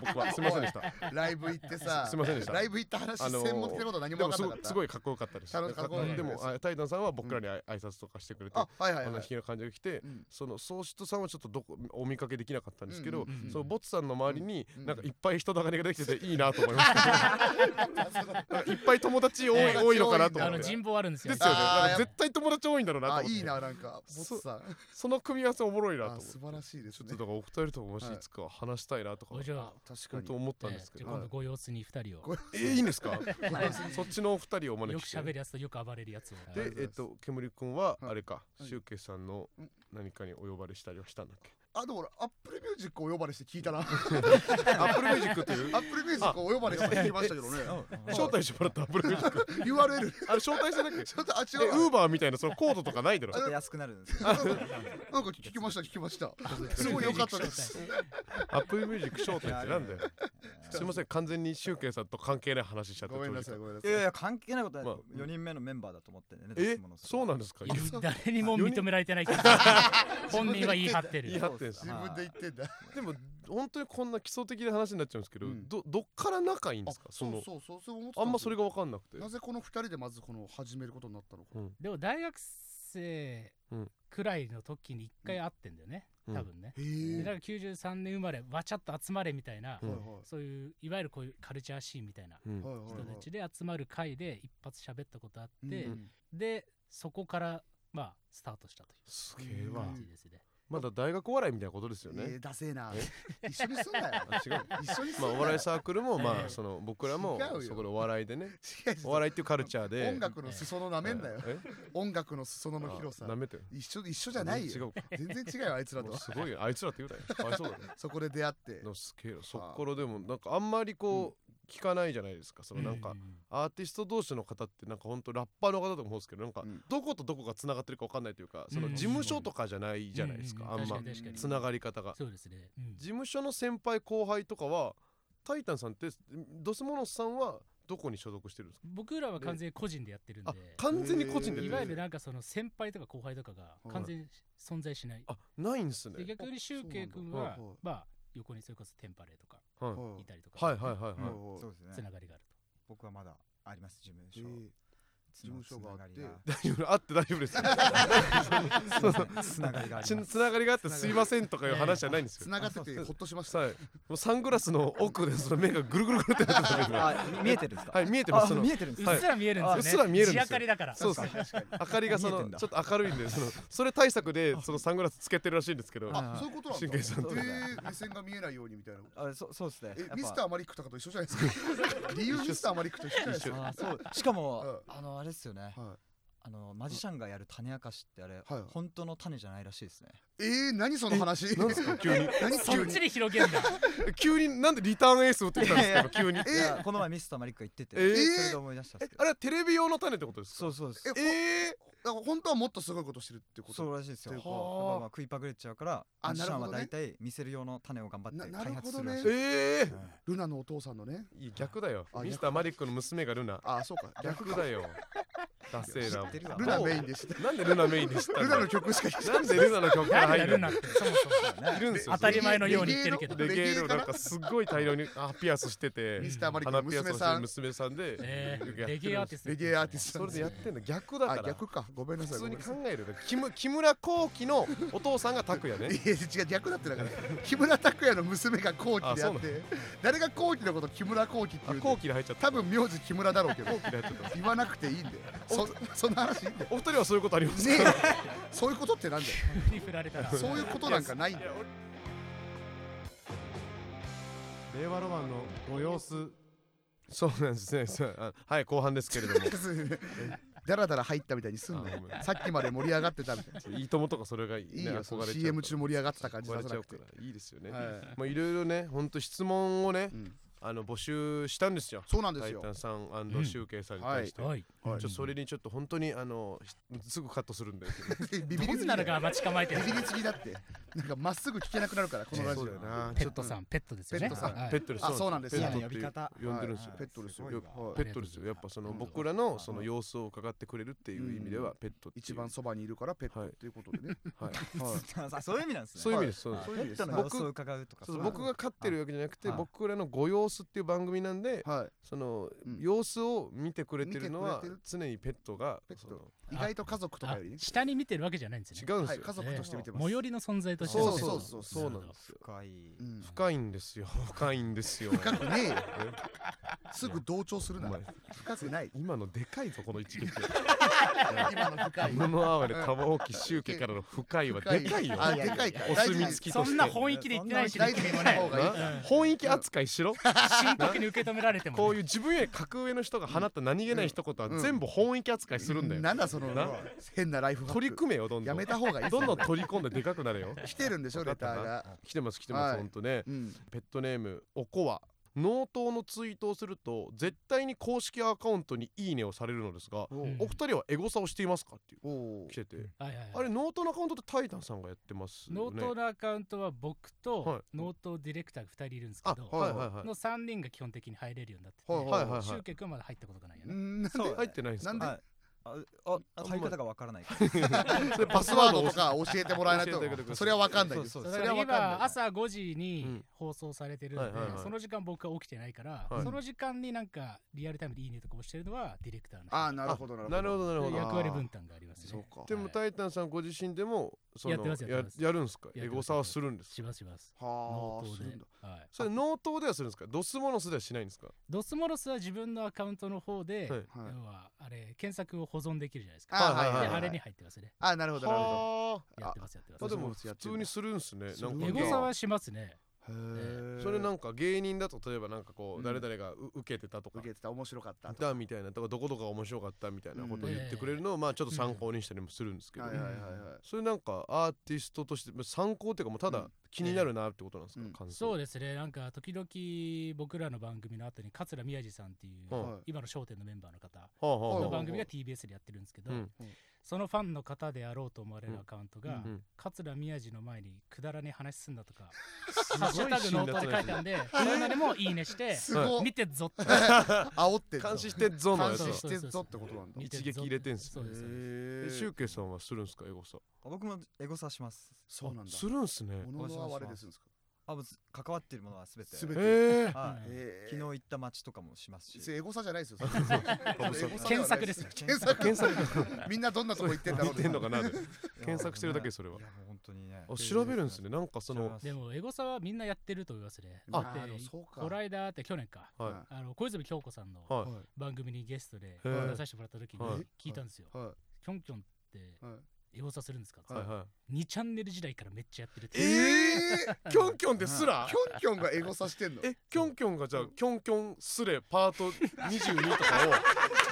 僕はすみませんでした
ライブ行ってさ
すいませんでした
ライブ行った話
あのー
専門的なこと何
で
も
も
分
す
か
ご
んなかっ
い
た
すごいかっこよかったです
楽しかった
かでもあタイタンさんは僕らにあい挨拶とかしてくれて、
あはいはい
あ
は
の
い
日の感じが来て、
うん
その宗主さんはちょっとどこお見かけできなかったんですけど、
うんうん
うん
そのボツさんの周りに
うん
なんかいっぱい人だかりができ てていいなと思いました、なんかいっぱい友達多い,、
ね
多いのかなと思
あ
って
の
ですよ
人望あるんですよ
ね
ね
なん
あー
か絶対友達多いんだろうなと思
あ
って
いいななんかボスさん
その組み合わせおもろいなと
あ
思って
素晴らしいで
ち
す
ょっ
ね
とだからお二人とももし
はい
いつか話したいなとか
おじゃあ
確
本当思ったん
え
で
え
すけ
じゃ
ど、
あ今度ご様子に二人を、
えーいいんですかそっちのお二人をお
よ
招
く
きして
喋るやつとよく暴れるやつを
ありがとうござ
で
います
えっと煙くんは
はい
あれか
い
シュウケイさんの
うん
何かにお呼ばれしたりはしたんだっけ
あでも俺アップルミュージックお呼ばれして聞 いたなアッ
アップルミュージックっていう
プルミュージックお呼ばれして聞きましたけどね
招待してもらったアップルミ ュージック
URL
あれ招待してな きゃ
ちょっとあ
え
違う
ウ
わ
ーバーみたいなそのコードとかないだろ
ちょっと安くなるんですけど
なんか聞きました聞き ましたすごい良かったです
アップルミュージック招待ってなんだよすいません完全にシュウケイさんと関係ない話しちゃって
ごめんなさいごめんないさい
やいや関係ないことない
まあ
4人目のメンバーだと思ってね
えそう
な
なんですか
い
言
や
い
誰にも認められてないけど 本人は言い張ってる
言い張ってんす
自分で言ってんだ
でも本当にこんな基礎的な話になっちゃうんですけど、
うん
どどっから仲いいんですかその
そうそうそう思ってた
あんまそれが分かんなくて
なぜこの二人でまずこの始めることになったのか
でも大学生
うん
くらいの時に一回会ってんだよね、
うん
多分ね、
へ
でだ
え
から93年生まれわちゃっと集まれみたいな、
うん
そういういわゆるこういうカルチャーシーンみたいな
うん
はいはい
人
はい
たちで集まる会で一発喋ったことあって、
うん
でそこからまあスタートしたとい
す
げ
げえ
え
う
わ
わ
感じですね、
まだ大学お笑いみたいなことですよ
え
ね
ー、ダセえな一緒にすんな よ
あ違う
一緒にすん
ま
な
あ
よ
お笑いサークル もま
え
あ
え
その僕らも
違うよ
そこでお笑いで ね
違う違う
お笑いっていうカルチャーで
音楽の裾野なめんなよ
え
音楽の裾野の広さ
なめてる
一緒一緒じゃない
違
よ
うか
全然違うよあいつらと
も
は
うすごいよあいつらって言うたよかわいそうだね
そこで出会って
のすげえよそっからでもなんかあんまりこう聞かないじゃないですかそのなんかアーティスト同士の方ってなんかほんとラッパーの方とかもそうですけどなんか
うん
どことどこがつながってるか分かんないというかその
うん
事務所とかじゃないじゃないです
う
か
う
あん
確
ま
かに確かに
つながり方が
そうですね、うん
事務所の先輩後輩とかはタイタンさんってドスモノスさんはどこに所属してるんですか
僕らは完全に個人でやってるんで
あ完全に個人で
え
出
い
て
わ
る
ゆるなんかその先輩とか後輩とかが完全に存在しない、
あないんす
で
ね
逆にシュウケイ君
あ
は
そうなんだはいはい
まあ横にそれこそテンパレーとか
はい
はい
たりとか、
はいはいはいはい
もう
そうですね
つながりがある
僕はまだあります事務
えー
所つな
事務所があって
つながり
大丈夫あって大丈夫ですよち
がすいませんつながりがあります
つながりがあってすいませんとかいう話じゃないんですよ
繋がっててほっとしました
はいもうサングラスの奥でその目がぐるぐるぐるってなってたんで今
あみ見えてるんですか
はい見えてますそ
あ
の
見えてるんで
と、
すか
はいう
っすら見えるんですよね
うっすら見えるんですよ
地明かりだから
そうそう
確かに確かに
明かりがそ
見え
の
てんだ
ちょっと明るいんでそのそれ対策でそのサングラスつけてるらしいんですけど
あそういうことなんだ
神経さん
え
と
ー目線が見えないようにみたいな
あそうそうですね
え
やっぱ
ミスターマリックとかと一緒じゃないですか理由ミスターマリックと一緒じゃないですか
あそうしかも
う
あのあれですよね
は
あのマジシャンがやる種明かしってあれ
はい
本当の種じゃないらしいですね
いえー何その話
なんですか急に
何
そ
急
っ
に
ちで広げるんだ
急になんでリターンエース打ってきたんですか急に
いやこの前ミスターマリックが言ってて
え
ー
それで思い出したんですけど
あれはテレビ用の種ってことですか
そうそうです
え
え
だから本当はもっとすごいことしてるってこと
そうらしいですよ
と
や
い
っ
う
ぱ
か
まあ食いパクれちゃうから
あ
マジシャンは
なるほ
大
ど
体見せる用の種を頑張って
ななる
開
ほどね
発する
え
らしい
ええ
うん
ルナのお父さんのね
いい逆だよ
あ
ミスターマリックの娘がルナ
あそうか
逆だよダセー
知ってる
な
わ
ルナメインでした
なんでルナメインで知った
ル
んだ
ナ
よ
の曲しか聴いてな
ないんでルナの曲から入
誰が
る
ル
の
ナってそもそも
いるんですよ
当たり前のように言ってるけど
レゲエの
レゲエか
な
なん
かすっごい大量にあピアスしてて
ミスターマリック
鼻
の
ピアス
娘
をし
さ
て
ん
娘さんで
えー
やってるんです
レゲエアーティスト
レゲエアーティス
そ
ト
れでやってんの逆だか
あ
ら
逆かごめんなさい
普通に
ご
考えるよ木村木村浩輝のお父さんが拓也
めんな
ね
さいいや違う逆だってだから木村拓哉の娘がコウキであ
あ
っ
そう
て誰がコウキのこと木村コウキって
あ
いうんだ
浩
よ
輝で入っちゃった
多分名字木村だろ うけど
浩輝で入っちゃった
言わなくていいんだよそその話いいんだよ
お二人はそういうことあります
ね
か
えそういうことってなんだよ
に振られたら
そういうことなんかないんだよ
令和ロマンのご様子そうなんですねそうあはい後半ですけれども
だらだら入ったみたいにすんな
あ
よ
ごめん
さっきまで盛り上がってたみたい
いいともとかそれがいい,、ね、
いいよそ
憧
の
れちゃう
CM 中盛り上がってた感じ
憧
出
れ
さ
ちゃ
な
う
く
か
て
らいいですよね、
はい
まあいろいろねほんと質問をね
うん
あの募集したんですよ
そうなんで
タ
す
イ
よ
タンさん
うん
シュウケイさんに対して、
はい
はい
ちょっとそれにちょっと本当にあのひすぐカットするんで
ビビり
ど
す
ん
ぎ
な
だ
の
よ
が待ち構えて
ビ
る
ビりすぎだってなんかまっすぐ聞けなくなるからこのラジオ
そうだよな
ペットさんペットですよね
ペットさん
はい
ペットルス
あそうなんです
ペ
よ
ットって
い
いう
や呼び方
呼んでるんですよ、
はい
ペットですよ
すごいわ
ペットですよやっぱその
うん
僕らのその様子を伺ってくれるっていう意味ではペットっていう
一番そばにいるからペット
はい
っていうことでね
はい
はい
あそういう意味なんですね
そういう意味
は
で
い
すそうです
そういう意味で
ペッ
す
トの様子を伺うとか
そう
い
僕が飼ってるわけじゃなくて
はい
僕らのご様子っていう番組なんで
はい
その
うん
様子を見てくれてるの
見
は
てくれて
常にペットが
ペット
その
意外と家族とか
あ
よりね
下に見てるわけじゃないんですね
違うんで
は
す
い
よ
家族として見てます
最寄りの存在として
そう
そ
そうう
そ
そうう
そう
そうなんですよ
深い
うん
深いんですよ深いんですよ
深くねえよ
え
すぐ同調するな
お前
深くない
今のでかいぞこの一撃
今の深い
この哀れ玉置周家からの深いはでかいよ
あでかいか
お
大事
墨付きと
そ
して
んな本意気で言ってないし、
大事にし
君も
ない方
ね、
がいい
な本意気扱いしろ
深刻に受け止められてもね、
こういう自分より格上の人が放った何気ない一言は全部本意気扱いするんだよ
なんだその
な
変なライフハック
取り組めよどんど
や
ん
めた方がいい
どんどん取り込んででかくなれよ
来てるんでしょレターが
来てます来てます、
はい
ほんとね
うん
ペットネームおこわ納刀のツイートをすると絶対に公式アカウントにいいねをされるのですが
お
うん
お二人はエゴサをしていますかっていう
おお
来てて
はいはいはい
あれ納刀のアカウントってタイタンさんがやってますよね
ノートのアカウントは僕
はい
とノートディレクターが2人いるんですけ
あ
ど、
はいはいはい
の3人が基本的に入れるようになってて、
はい
はいはいはい
集客はまだ入ったことがないよ
な
ね。
んで
入ってないんですか
なんで
はいあああ入り方がわからないから
それ
パ
パ
ス
スワ
ワ
ー
ー
ド
ド
を
とか教えてもらえない
教えてくださ
と
い
それはわかんないです
そ
そうれ
そ
だか
う
はわ
ら
かんな
今
い
朝5時
う
に
ん
放送されてるんで、
はいはいはい
その時間僕は起きてないから、
はい
その時間になんかリアルタイムでいいねとか押してるのはディレクターの人
ああなるほどなるほど
なるほどなるほど
役割分担がありますね。
そうか
でも
はい
タイタンさんご自身でもそ
やってますやってます
やるんですか
やってます
エゴサはするんです
し
か
ますします。
は
ノ
あ
ー
す
ト
る
で
んだ。
はい、
それ納刀ではするんですかドスモノスではしないんですか
ドスモロスは自分のアカウントの方
は
で、
い
はい
要はあれ検索を保存できるじゃないですか。
あ
はい
は
はい
で
い
は
あ
い
れに入ってますね。
あなるほどなるほど
はあ
やってますやって
ま
ま
あ
す
で。も普通にするんすねなんか
エ
すごい
ゴ
な
サはしますね。
へー
それなんか芸人だと例えばなんかこ
うん
う誰々がう受けてたとか
受けてた面白かったと
だみたいなとかどこどこが面白かったみたいなことを言ってくれるのをまあちょっと参考にしたりもするんですけど
はいはいはいはい
それなんかアーティストとしてまあ参考っていうかもうた
う
だ
ん
気になるなってことなんですか
うん
感想
そうですね。なんか時々僕らの番組の後に桂宮治さんっていう、
はい
はい
今の『笑点』のメンバーの方
はあはあ
の
は
番組が TBS でやってるんですけど、
うん
そのファンの方であろうと思われるアカウントが、
うんうん
桂宮治の前にくだらねえ話すんだとか「
い
ハッシュタグノート」って書いてあるんでそれなりもいいねして
すごっ
見てっぞって
煽ってんの
監視してっぞのや
監
つ
視
だ
してんぞってことなんだ
見
一
てっぞ
撃入れてんす
そうですそうです
え
え
シュウケイさんはするんすかエゴサ
僕もエゴサします
そうなんだ
するんすね
ものの哀れですんですか
あもうず関わっているものは全て
全て
ええ
は
うん
い
えー
昨日行った街とかもしますし
それエゴサじゃない ですよ
検索ですよ
検索
検索
みんなどんなとこ行ってんだろう
見てんの かなで検
検
索してるだけそれはい
やもう本当にね
あ調べるんすねなんかそ
調べ
の
ます
でもエゴサはみんなやってると思いますね。
あ
だって
あでもそうか
こないだって去年か
はい
は
あの小泉京子さんの
はい
は
番組にゲストで
へー
出させてもらった時に
はい
聞いたんですよ。
いは
キョンキョンって
いはい
エゴサするんですかって
はいはい
2チャンネル時代からめっちゃやってるって。
え
え
ーキョンキョンですら
キョンキョンがエゴサしてんの
えキョンキョンがじゃあキョンキョンスレパート22とか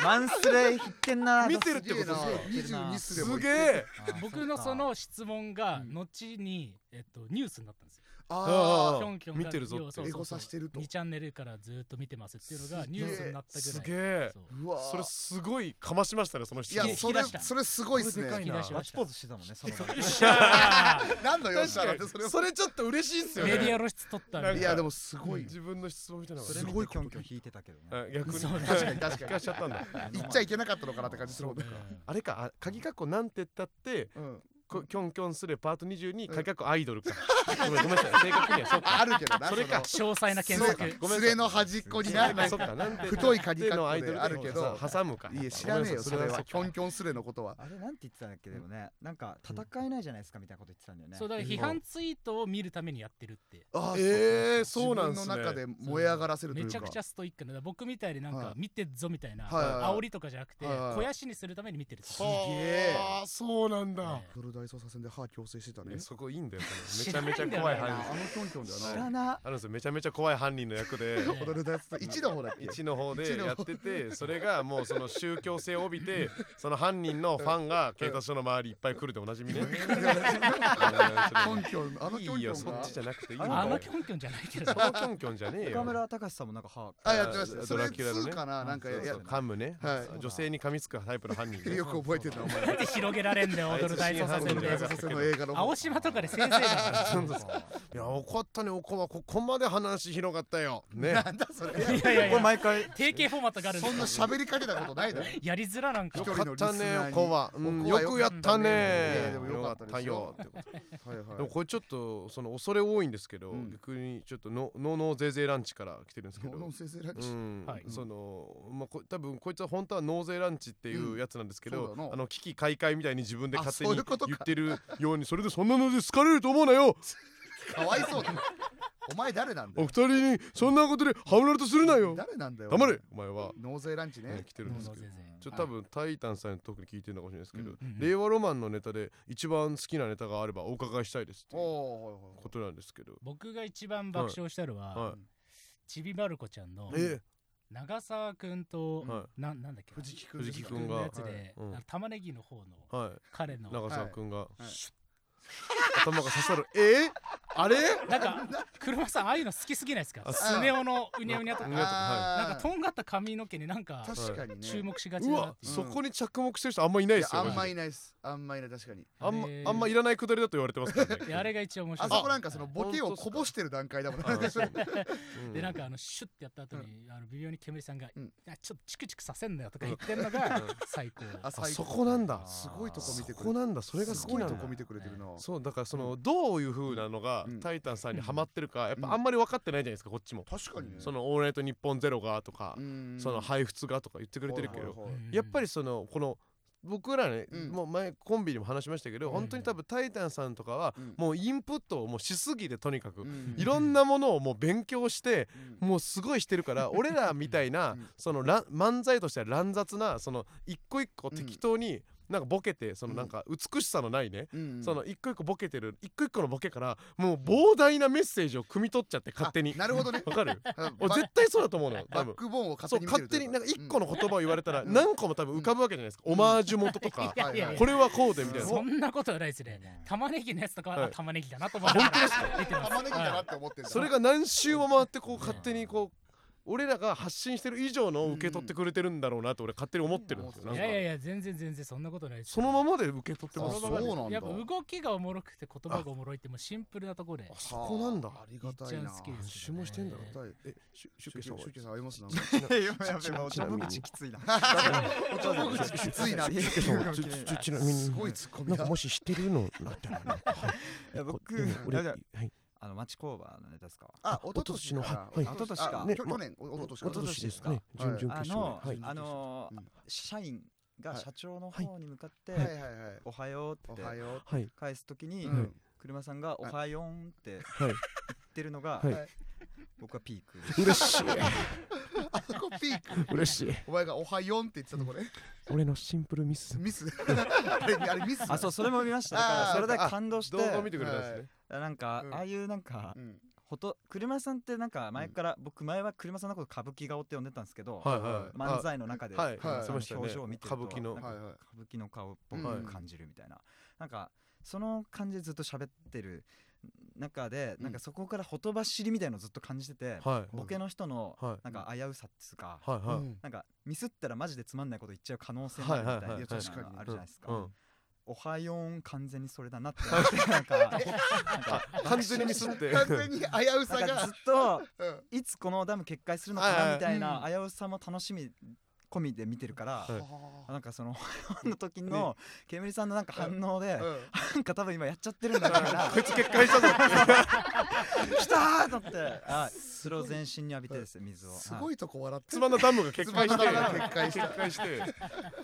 を
マンスレ行ってんな
見てるってことですす
げえ
よ
な
22すですも
げえ
あー
僕の
っか
その質問が
うん
後に、えっと、ニュースになったんですよ。
あ
あ
キョンキョン
見てるぞって
エゴサしてると
2チャンネルからずっと見てますっていうのが
すげ
ニ
え
ュースになったぐらい。
すげえ
そう
ーうわー
それすごいかましましたねその人
いや
引き
それ
出した
それすごいっすね
これでかいな
引き出し
ガ
ま
ッ
し
チ
た
ポー。ズしてたもんねその場で
よっしゃ
何のよっ
確
し
か
ゃだっ
に
てそれ
それちょっと嬉しいっす
ー
よね
メディア露出取った
なん
み
か
いやでもすごい
自分の質問みたいなのが
それ見
すご
て
い
キョンキョン引いてたけどね
あ逆に
そう
確かに確
聞
かに
かしちゃったんだ
あの
言っちゃいけなかったのかなって感じするもんね
たいな
あれかあ鍵括弧なんて言ったって
うん
こキョンキョンスレパート22鍵括弧アイドルか ごめんごめんなさい正確にはそうか
あるけどな
それか
の
詳細な検索。
ごめんなさい
すれの端っこにな
そっかなんて
太い鍵括弧で
のアイドル
あるけど
挟むか
いや知らねえよそれはキョン
キ
キョンスレのことは
あれなんて言ってたんだっけでもねなんか戦えないじゃないですかみたいなこと言ってたんだよね
そうだから批判ツイートを見るためにやってるって。
あ
えーそうなんすね
自分の中で燃え上がらせるという
め
か
ちゃくちゃストイックなだから僕みたいになん
は
か
い
見てっぞみたいな
はいはいはい
煽りとかじゃなくて
はいはいはい
肥やしにするために見てるっていう
は
すげえあーそうなんだ
ね
プロ大捜査線で歯矯正してた
い
ね
やそこいいんだよそ
知
れ
ら
め
ないん
ち
だ
ゃめちゃ怖い
よね
あ
犯人
のキョンキョン
知
だよな
らな
あるんですよめちゃめちゃ怖い犯人の役で
プロ大捜査1の方だっけ
一の方
一
で
の方
やっててそれがもうその宗教性を帯び てその犯人のファンが警察署の周りいっぱい来るでおなじみね
キョンキョンあの
い
キョン
い
キョ
よ
ン
そ
が
っちじゃなくていいんだよ
あのキョンキョンじゃないけど
そ。のキョンキョンじゃねえよ
岡村隆史さんもなんか歯
あやってまし
あ
た
の
それ
ドラキュラのね
2かななんか
あそう
や
そう
カムね、
はい
女性に噛みつくタイプの犯人ね
よく覚えてるなお前
なんで広げられんだよ、踊る大捜査線
プロ大
で
捜。査線の映画の方
青島とかで先生だ
そうそうそういや怒ったねおこはここまで話広がったよね
なんだそれ
から。いやいやい
これ
や、
毎回
定型フォーマットがあるん
そんな
だ
喋りかけたことないだろ
やりづらなんか
よ
一。
か
人の
っ
リスナ
た
ーに
ねおこは、うん、
おこは
よくやったね
いやでもよかったですよ
よかったよってこと
はいはい
でもこれちょっとその恐れ多いんですけど、
うん
逆にちょっとの「のーノーゼーゼーランチ」から来てるんですけど
ノノン先生ラン
う
チ
ん
はい
そのまあこ多分こいつは本当は納税ランチっていうやつなんですけ
う
ど、
んそうだな
あの危機開会みたいに自分で勝手
あ
に
そういうこと か
言ってるようにそれでそんなので好かれると思うなよ
かわいそうだお前誰なんだ
お
よ
二人にそんなことでハムられとするなよ
誰なんだよ
黙れお前は
納税ランチね
ね来てるんですけど
納税税
ちょ多分タイタンさんに特に聞いてるのかもしれないですけど、
うん
令和ロマンのネタで一番好きなネタがあればお伺いしたいですって
お
いう
お
ことなんですけど
僕が一番爆笑したのは、
はい
ちびまる子ちゃんの
え
長澤くんと、
は
ななんだっけ
藤木君
藤木君
のやつで、
うん
あの玉ねぎの方の
いは
彼
い
の
長澤くんが、
い
シュッ頭が刺さるえー、あれ
なんか車さんああいうの好きすぎないですか
あ
スネ夫のうにゃうにゃ
う
とか
にゃうにゃ
な
あ
んかとんがった髪の毛になんか
確かにね
注目しがち
う
だな
わ
っ、ていう
そこに着目してる人あんまいない
い
で
や
すよ
あんま
マジで
いないですあんまいない確かに
あんまあんまいらないくだりだと言われてますからね
であれが一番面白
あ
い
そこなんかその
は
ボケをこぼしてる段階だもんね
あそうう
い
ん
でなんかあのシュッてやった後に、あの微妙に煙さんが、
うん
あちょっとチクチクさせんなよとか言ってるのが
うん
最高
あ
あ
最
そ
高
こなんだ
すごいとこ見て
そ
くれ
こ
る
なんだそれが
す
好き
ごい
なん
と
だ
こ見てくれてるな
そうだからそのどういう風なのが
うん
タイタンさんに
うん
ハマってるかやっ
うん
ぱあんまり分かってないじゃないですかこっちも
確かにね
その「オールナイトニッポンゼロがとか
うん
その配布がとか言ってくれてるけ
はい
ど
はいはい
やっぱりそのこの僕らね
うん
もう前コンビにも話しましたけど本当に多分タイタンさんとかは
うん
もうインプットをもうしすぎてとにかく
うん
いろんなものをもう勉強して
うん
もうすごいしてるから 俺らみたいな
うん
そのら漫才としては乱雑なその一個一個
うん
適当になんかボケてその
うん
なんか美しさのないね
うん
その一個一個ボケてる一個一個のボケからもう膨大なメッセージを汲み取っちゃって勝手に
あなる ほどね
わ かる
うん
俺絶対そうだと思うの よ多
バッ
分
クボーンを
そ
勝
う勝
手に見てる
手
とい
に
う
なんか一個の
う
言葉を言われたら
うん
何個も多分浮かぶわけじゃないですかオマージュ元と か
いやいやいや
これはこうでみたいな
そんなことはないですね
うん
玉ねぎのやつとか
は
はいあ玉ねぎだなと思って本当ですか見てます
玉ねぎだなって思ってんだ
それが何周も回ってこう勝手にこう俺らが発信してる以上のを受け取ってくれてるんだろうなと俺勝手に思ってるんですよなん
い
か
やいやいや全然全然そんなことないです
そのままで受け取って
あ
ます
そ
そ
のままで
うなんだ
やっぱ動きがおもろくて言葉がおもろいってもうシンプルなところで
あそこなんだ
はあありがたい
めっ
な
ちゃ好きです
何周もしてんだろ
ありがたい
えしゅ
シ
ゅうけいさんは
ュケさんありますな
やいややべえもう
ちな
ジ
みに
ャブ口きついな
きついな
ジャブ口きついな
ちちちちなみに
すごいツッコ
な
ミ
んか
だ
もし知ってるのなったら なんかはい
いや僕
でも俺
あじゃ
はい
あの町工場のネタですか
あ
お
お
とと
とと
し
し
のはい
はいおととしか
ね
ね
去
ま
去年おおととし
お
か
ととしですかね
おと
準
としです
々
あ
決勝
の
ではい
あの
うん
社員が社長の
はい
方に向かって
はいはいはい
おはようっ
お
て
はよ
はい
返すとき
う
に
うん
車さんがおはよんって言
はい
ってるのが
はい
僕はピーク
嬉しい
あそこピー ク
嬉しい
お前がおはよんって言ってたとこね
俺のシンプルミス
ミスあれあれミス
あそうそれも見ましただから
あー
それで感動して
動画を見てくれたんですね
なんか
うん
ああいうなんか
うん
ほと車さんってなんか前から僕前は車さんのこと歌舞伎顔って呼んでたんですけど
はい
はい
漫才の中で
はい
車
はい
さんの表情を見てると
歌舞伎の
なん
は
か
いはい
歌舞伎の顔っぽ
はい
く感じるみたいな、なんかその感じでずっと喋ってる中で、
うん
なんかそこからほとばしりみたいのをずっと感じてて、
は
ボケの人の
はい
なんか危うさっつうか、
いはいは
う
い
ん
なんかミスったらマジでつまんないこと言っちゃう可能性もあるみたい
は
な、
いはいはい
みたいなの
確かに
があるじゃないですか、
うん
おはようん完全にそれだな って思ってなんかなんか
完全にミスって
完全に危うさ
なんかず
が
っと
うん
いつこのダム決壊するのかなみたいな危うさも楽しみ込みで見てるから、
はい
あなんかその おはようの時の煙さんのなんか反応で、
うん
なんか多分今やっちゃってるんだから な
こいつ決壊したぞ
来たーと思ってあそれを全身に浴びてですね水を
すご
い
いとこ笑っ て
つ
る
まんだダムが決壊して
つまんだダムが決壊した
決壊して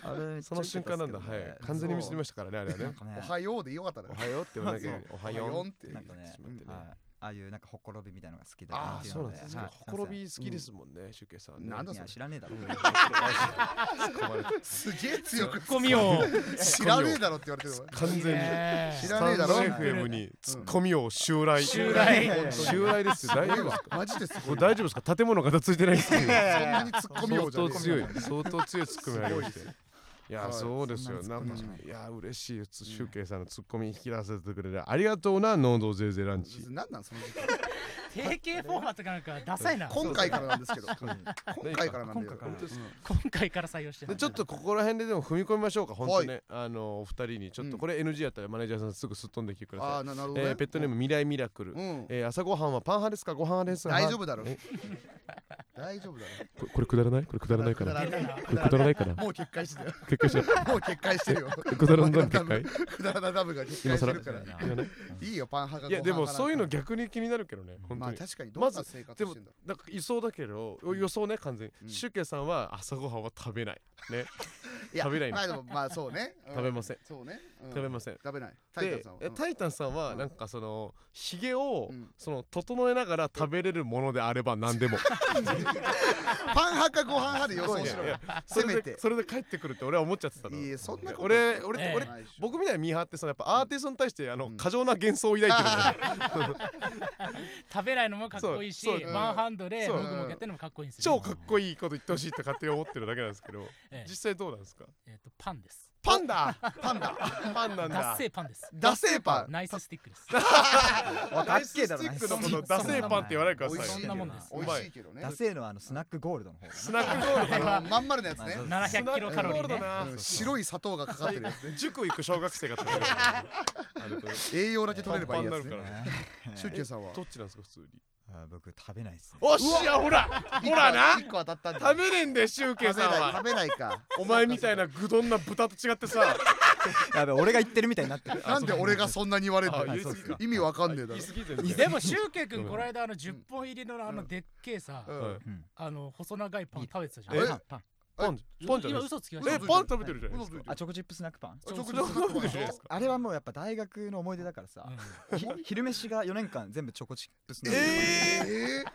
あれめっちゃ
その瞬間なんだ
良
は
かったです
い
けど
完全にミスりましたからねあれは
な
ね
んかね
おはようでよかったな
おはようって言わなきゃいけないおはよう
う
っ
ん
て
って
なんかね
しまってね
はいああいうなんかほころびみたいなのが好きだな
ああ
っていう
そうなん
ので
です
は
ね
い
ほころび好きですもんねシュウケイさんね
なんだ
いや知らねえだろ
うん完
すげえ強く
ゴミを
知らねえだろって言われてる
全に
ね
知
ス
ら
タ
ねえ
ンド
だろ
FM にツッコミを襲来
襲来
襲来ですよ大丈夫ですか
マジです
こ
ごい
れ大丈夫ですか建物がついてないですけど
そんなに突っ込みよ
相
うじゃ
当強
ねえ
い
よ
相当強いツッコミありま していや
はい
そうですよ
そんな
なん
ツッコミ
か
じゃな
い
い
や嬉しいつシュウケイさんのツッコミ引き出せてくれてありがとうな能動ゼーゼーランチ
なんなんその時間
定型フォーマットがなんかダサいな
今回からなんですけど
うん
今回からなんだよ
今回から
うん
今回から採用してな
で
い
ちょっとここら辺ででも踏み込みましょうか本当
は
ねあのお二人にちょっ
う
と
ん
これ NG やったらマネージャーさんすぐすっ飛んできてくだ
あ
さ
あななる
い
ほど
え
ね
ーペットネーム未来ミラクル
うん
えー朝ごはんはパン派ですかご飯派ですか
大丈夫だろ
え
大丈夫だろ
ここれくだらないこれくだらないか
くだ
な
ら
こ
ない
れくだらないかな
もう決壊してるよ
結果し な
もう決壊してるよ
くだらない結果
くだらなダムが決
今
壊し
更
てるから
いやね
いいよパン派が
いやでもそういうの
逆
逆に気になるけどね本
ま
当
あ
に
確かにど
ま
ん
ず
な生活してんだろ
なんかいそうだけど
うん
予想ね完全
うん
にシュウケイさんは朝ごはんは食べないね
ういや
食べないの
まあでもまあそうねうん
食べません
そうねうん
食べません
食べないタイタン
で
さんは
え
うん
タイタンさん
う
は
ん
なんかそのひげを
うん
その整えながら食べれるものであれば何で も
パン派かご飯派で予想しろ
い
よ
やそ
せめ
れ
て
でそれで帰ってくるって俺は思っちゃってたの
いやそんなこと
俺俺
ええ
俺
ないでしょ
僕みたいなミーハーってそのやっぱアーティストに対してあ
う
の
ん
過剰な幻想を抱いてるのね
食べないのもかっこいいし
そうそう
うん
ワンハンドで
そう
もぐもぐやってるのもかっこいいんです
超
よ
かっこいいこと言ってほしいって勝手に思ってるだけなんです けど
ええ
実際どうなんですか
えっとパンです
パンダパンダパンなん
ダッ
だ
セーパンです
ダセーパン
ナイススティックです
わかっけえだろ
ナイススティックの
こ
ことと
ダ
ダ
セ
セ
ー
ー
パ
パ
ン
ン
っ
ってて言
言わ
わ
な
ないい
で
でく
くだ
だ
さ
さいよ
いよそんなもん
です
美味しいけどね
ダセーのはあのスナックゴールドの方
スナックゴールド かな
まんまるのやつね
700キロカロリ
スナックゴー
ーね
ルドな
うん白い砂糖がかかってるやつね
塾行く小学生が食べるあれこれ
栄養だけ取れればいいやつ
パンパンになる
ね
か
シュウケイさんは
どっちなんですか普通に
あ僕食べないっすね
おっしゃほらほらな
1個当たったんだ
食べねえんだよシュウケイ
食べ
さん
ない
は
食べないか
お前みたいなグドンな豚と違ってさ
やべ俺が言ってるみたいになってる
なんで俺がそんなに言われる
あ
の
言い過ぎか
意味わかんねえだ
言
ろ
い過ぎてる
い
でもシュウケイ君
うん
この間あの10本入りのあ
う
の
ん
でっけえさ
うん
うん
あの細長いパン食べてたじゃん
え
パンパン
パンパンじゃな
今
いです
嘘つきまし
え
た
パン食べてるじゃないで
嘘
す
つ
か
いて
あ
る
チョコチップスナックパン
ちょ
そう
ち
そ
ょ
うそうそう
あれはもうやっぱ大学の思い出だからさ
うん
ひ昼飯が4年間全部チョコチップスナック
えー
え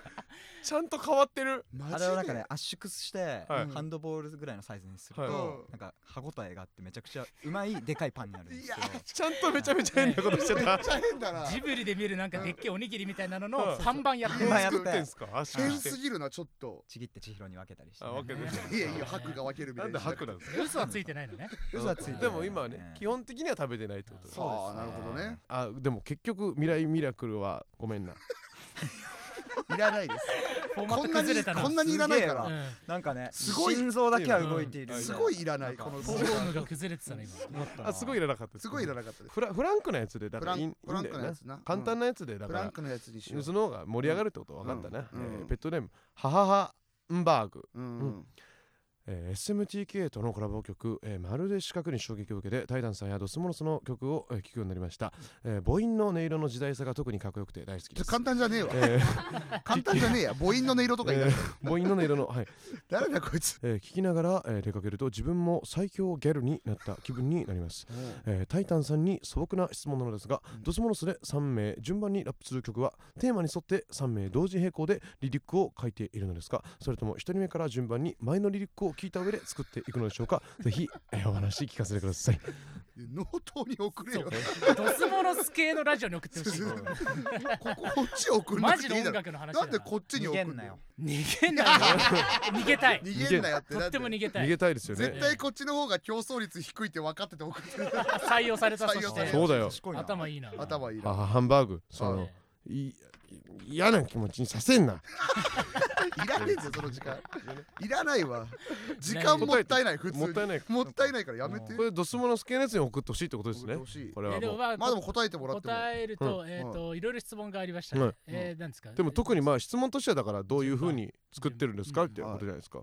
ちゃんと変わってる
ー、マジで
あれをなんかね圧縮して
はい
ハンドボールぐらいのサイズにする
はい
となんか歯ごたえがあってめちゃくちゃうまいでかいパンになるんですよ
いや
ちゃんとめちゃめちゃ変なことして
めったちゃ変だな
ジブリで見るなんかでっけえおにぎりみたいなの
うん
の3番やって
今
る
やっ
作って
て
んすか足
変
して
すぎるなちょっと
ちぎって千尋に分けたりして
あわけです
いやいや白が分けるみた
ないん
な
で白なんですか
嘘はついてないのね
嘘はついてない
でも今はね基本的には食べてないってことです
そうです
ああなるほどね
あでも結局未来ミラクルはごめんない
らないです
フォーマッ
こ
ト
んな
崩
に
れたな
こんなにいらないか
す
う
ら
ん
なんかね
すごい
心臓だけは動いている
うん
すご
い
いいらないこの
フォームが崩れてたね今
あすごいいらなかったです
すごいいらなかったです
フラフランクなやつでだ
フ
か
ラ
らいいいい
ン
ん
フラン
だ
ク
よ
のや
な
つな
簡単なやつでだ
フ
か
ラン
ら
クのやつにしよう
その方が盛り上がるってこと分かったね
うん
え
うん
ーペットネームはははんバーグ
うん、
うんえー SMTK とのコラボ曲、えーまるで視覚に衝撃を受けてタイタンさんやドスモノスの曲を聴、えー聴くようになりました、えー母音の音色の時代さが特にかっこよくて大好き
ち
で
ょ
す
簡単じゃねえわ
えー
簡単じゃねえや母音の音色とか言いながら
母音の音色の、はい
誰だこいつ
えー聞きながら、えー出かけると自分も最強ギャルになった気分になります、えータイタンさんに素朴な質問なのですが、
うん
ドスモノスで3名順番にラップする曲はテーマに沿って3名同時並行でリリックを書いているのですかそれとも1人目から順番に前のリリックを聞いた上で作っていくのでしょ うかぜひ、えーお話聞かせてください
納刀に送れ
そう
よ
ドスモノス系のラジオに送ってほしい
こここっち送んな
マ
く
ジ
て
の
いいだろ
音楽の話だ
なんでこっちに
逃
送
げ
ん
んな
の
よ
逃げないよ逃げたい
逃げんなよって
と
な
っ
ん
ても
で
逃げた
逃
い
げたいですよ
絶
ね
対こっちの方が競争率低いって分かってて送ってる
採用されたそ
採用
し
され
て
た
そうだよ
賢いな
頭いいな
頭いい
あ
な
ーハンバーグそ
うん
のい嫌な気持ちにさせんない
らねえぞその時間いらないわ時間もったいない普通に
もったいない
もったいないからやめて
これドスモノス系のやつに送ってほしいってことですね
送ってほしい
これは
えで
も
も
う
まあ
まあでも答えてもらっても
答えると、えっ、と、いろいろ質問がありましたね。
はい
えー、なんですか。
でも特にまあ質問としてはだからどういうふうに作ってるんですか
う
っ
ん
ていうことじゃないですか。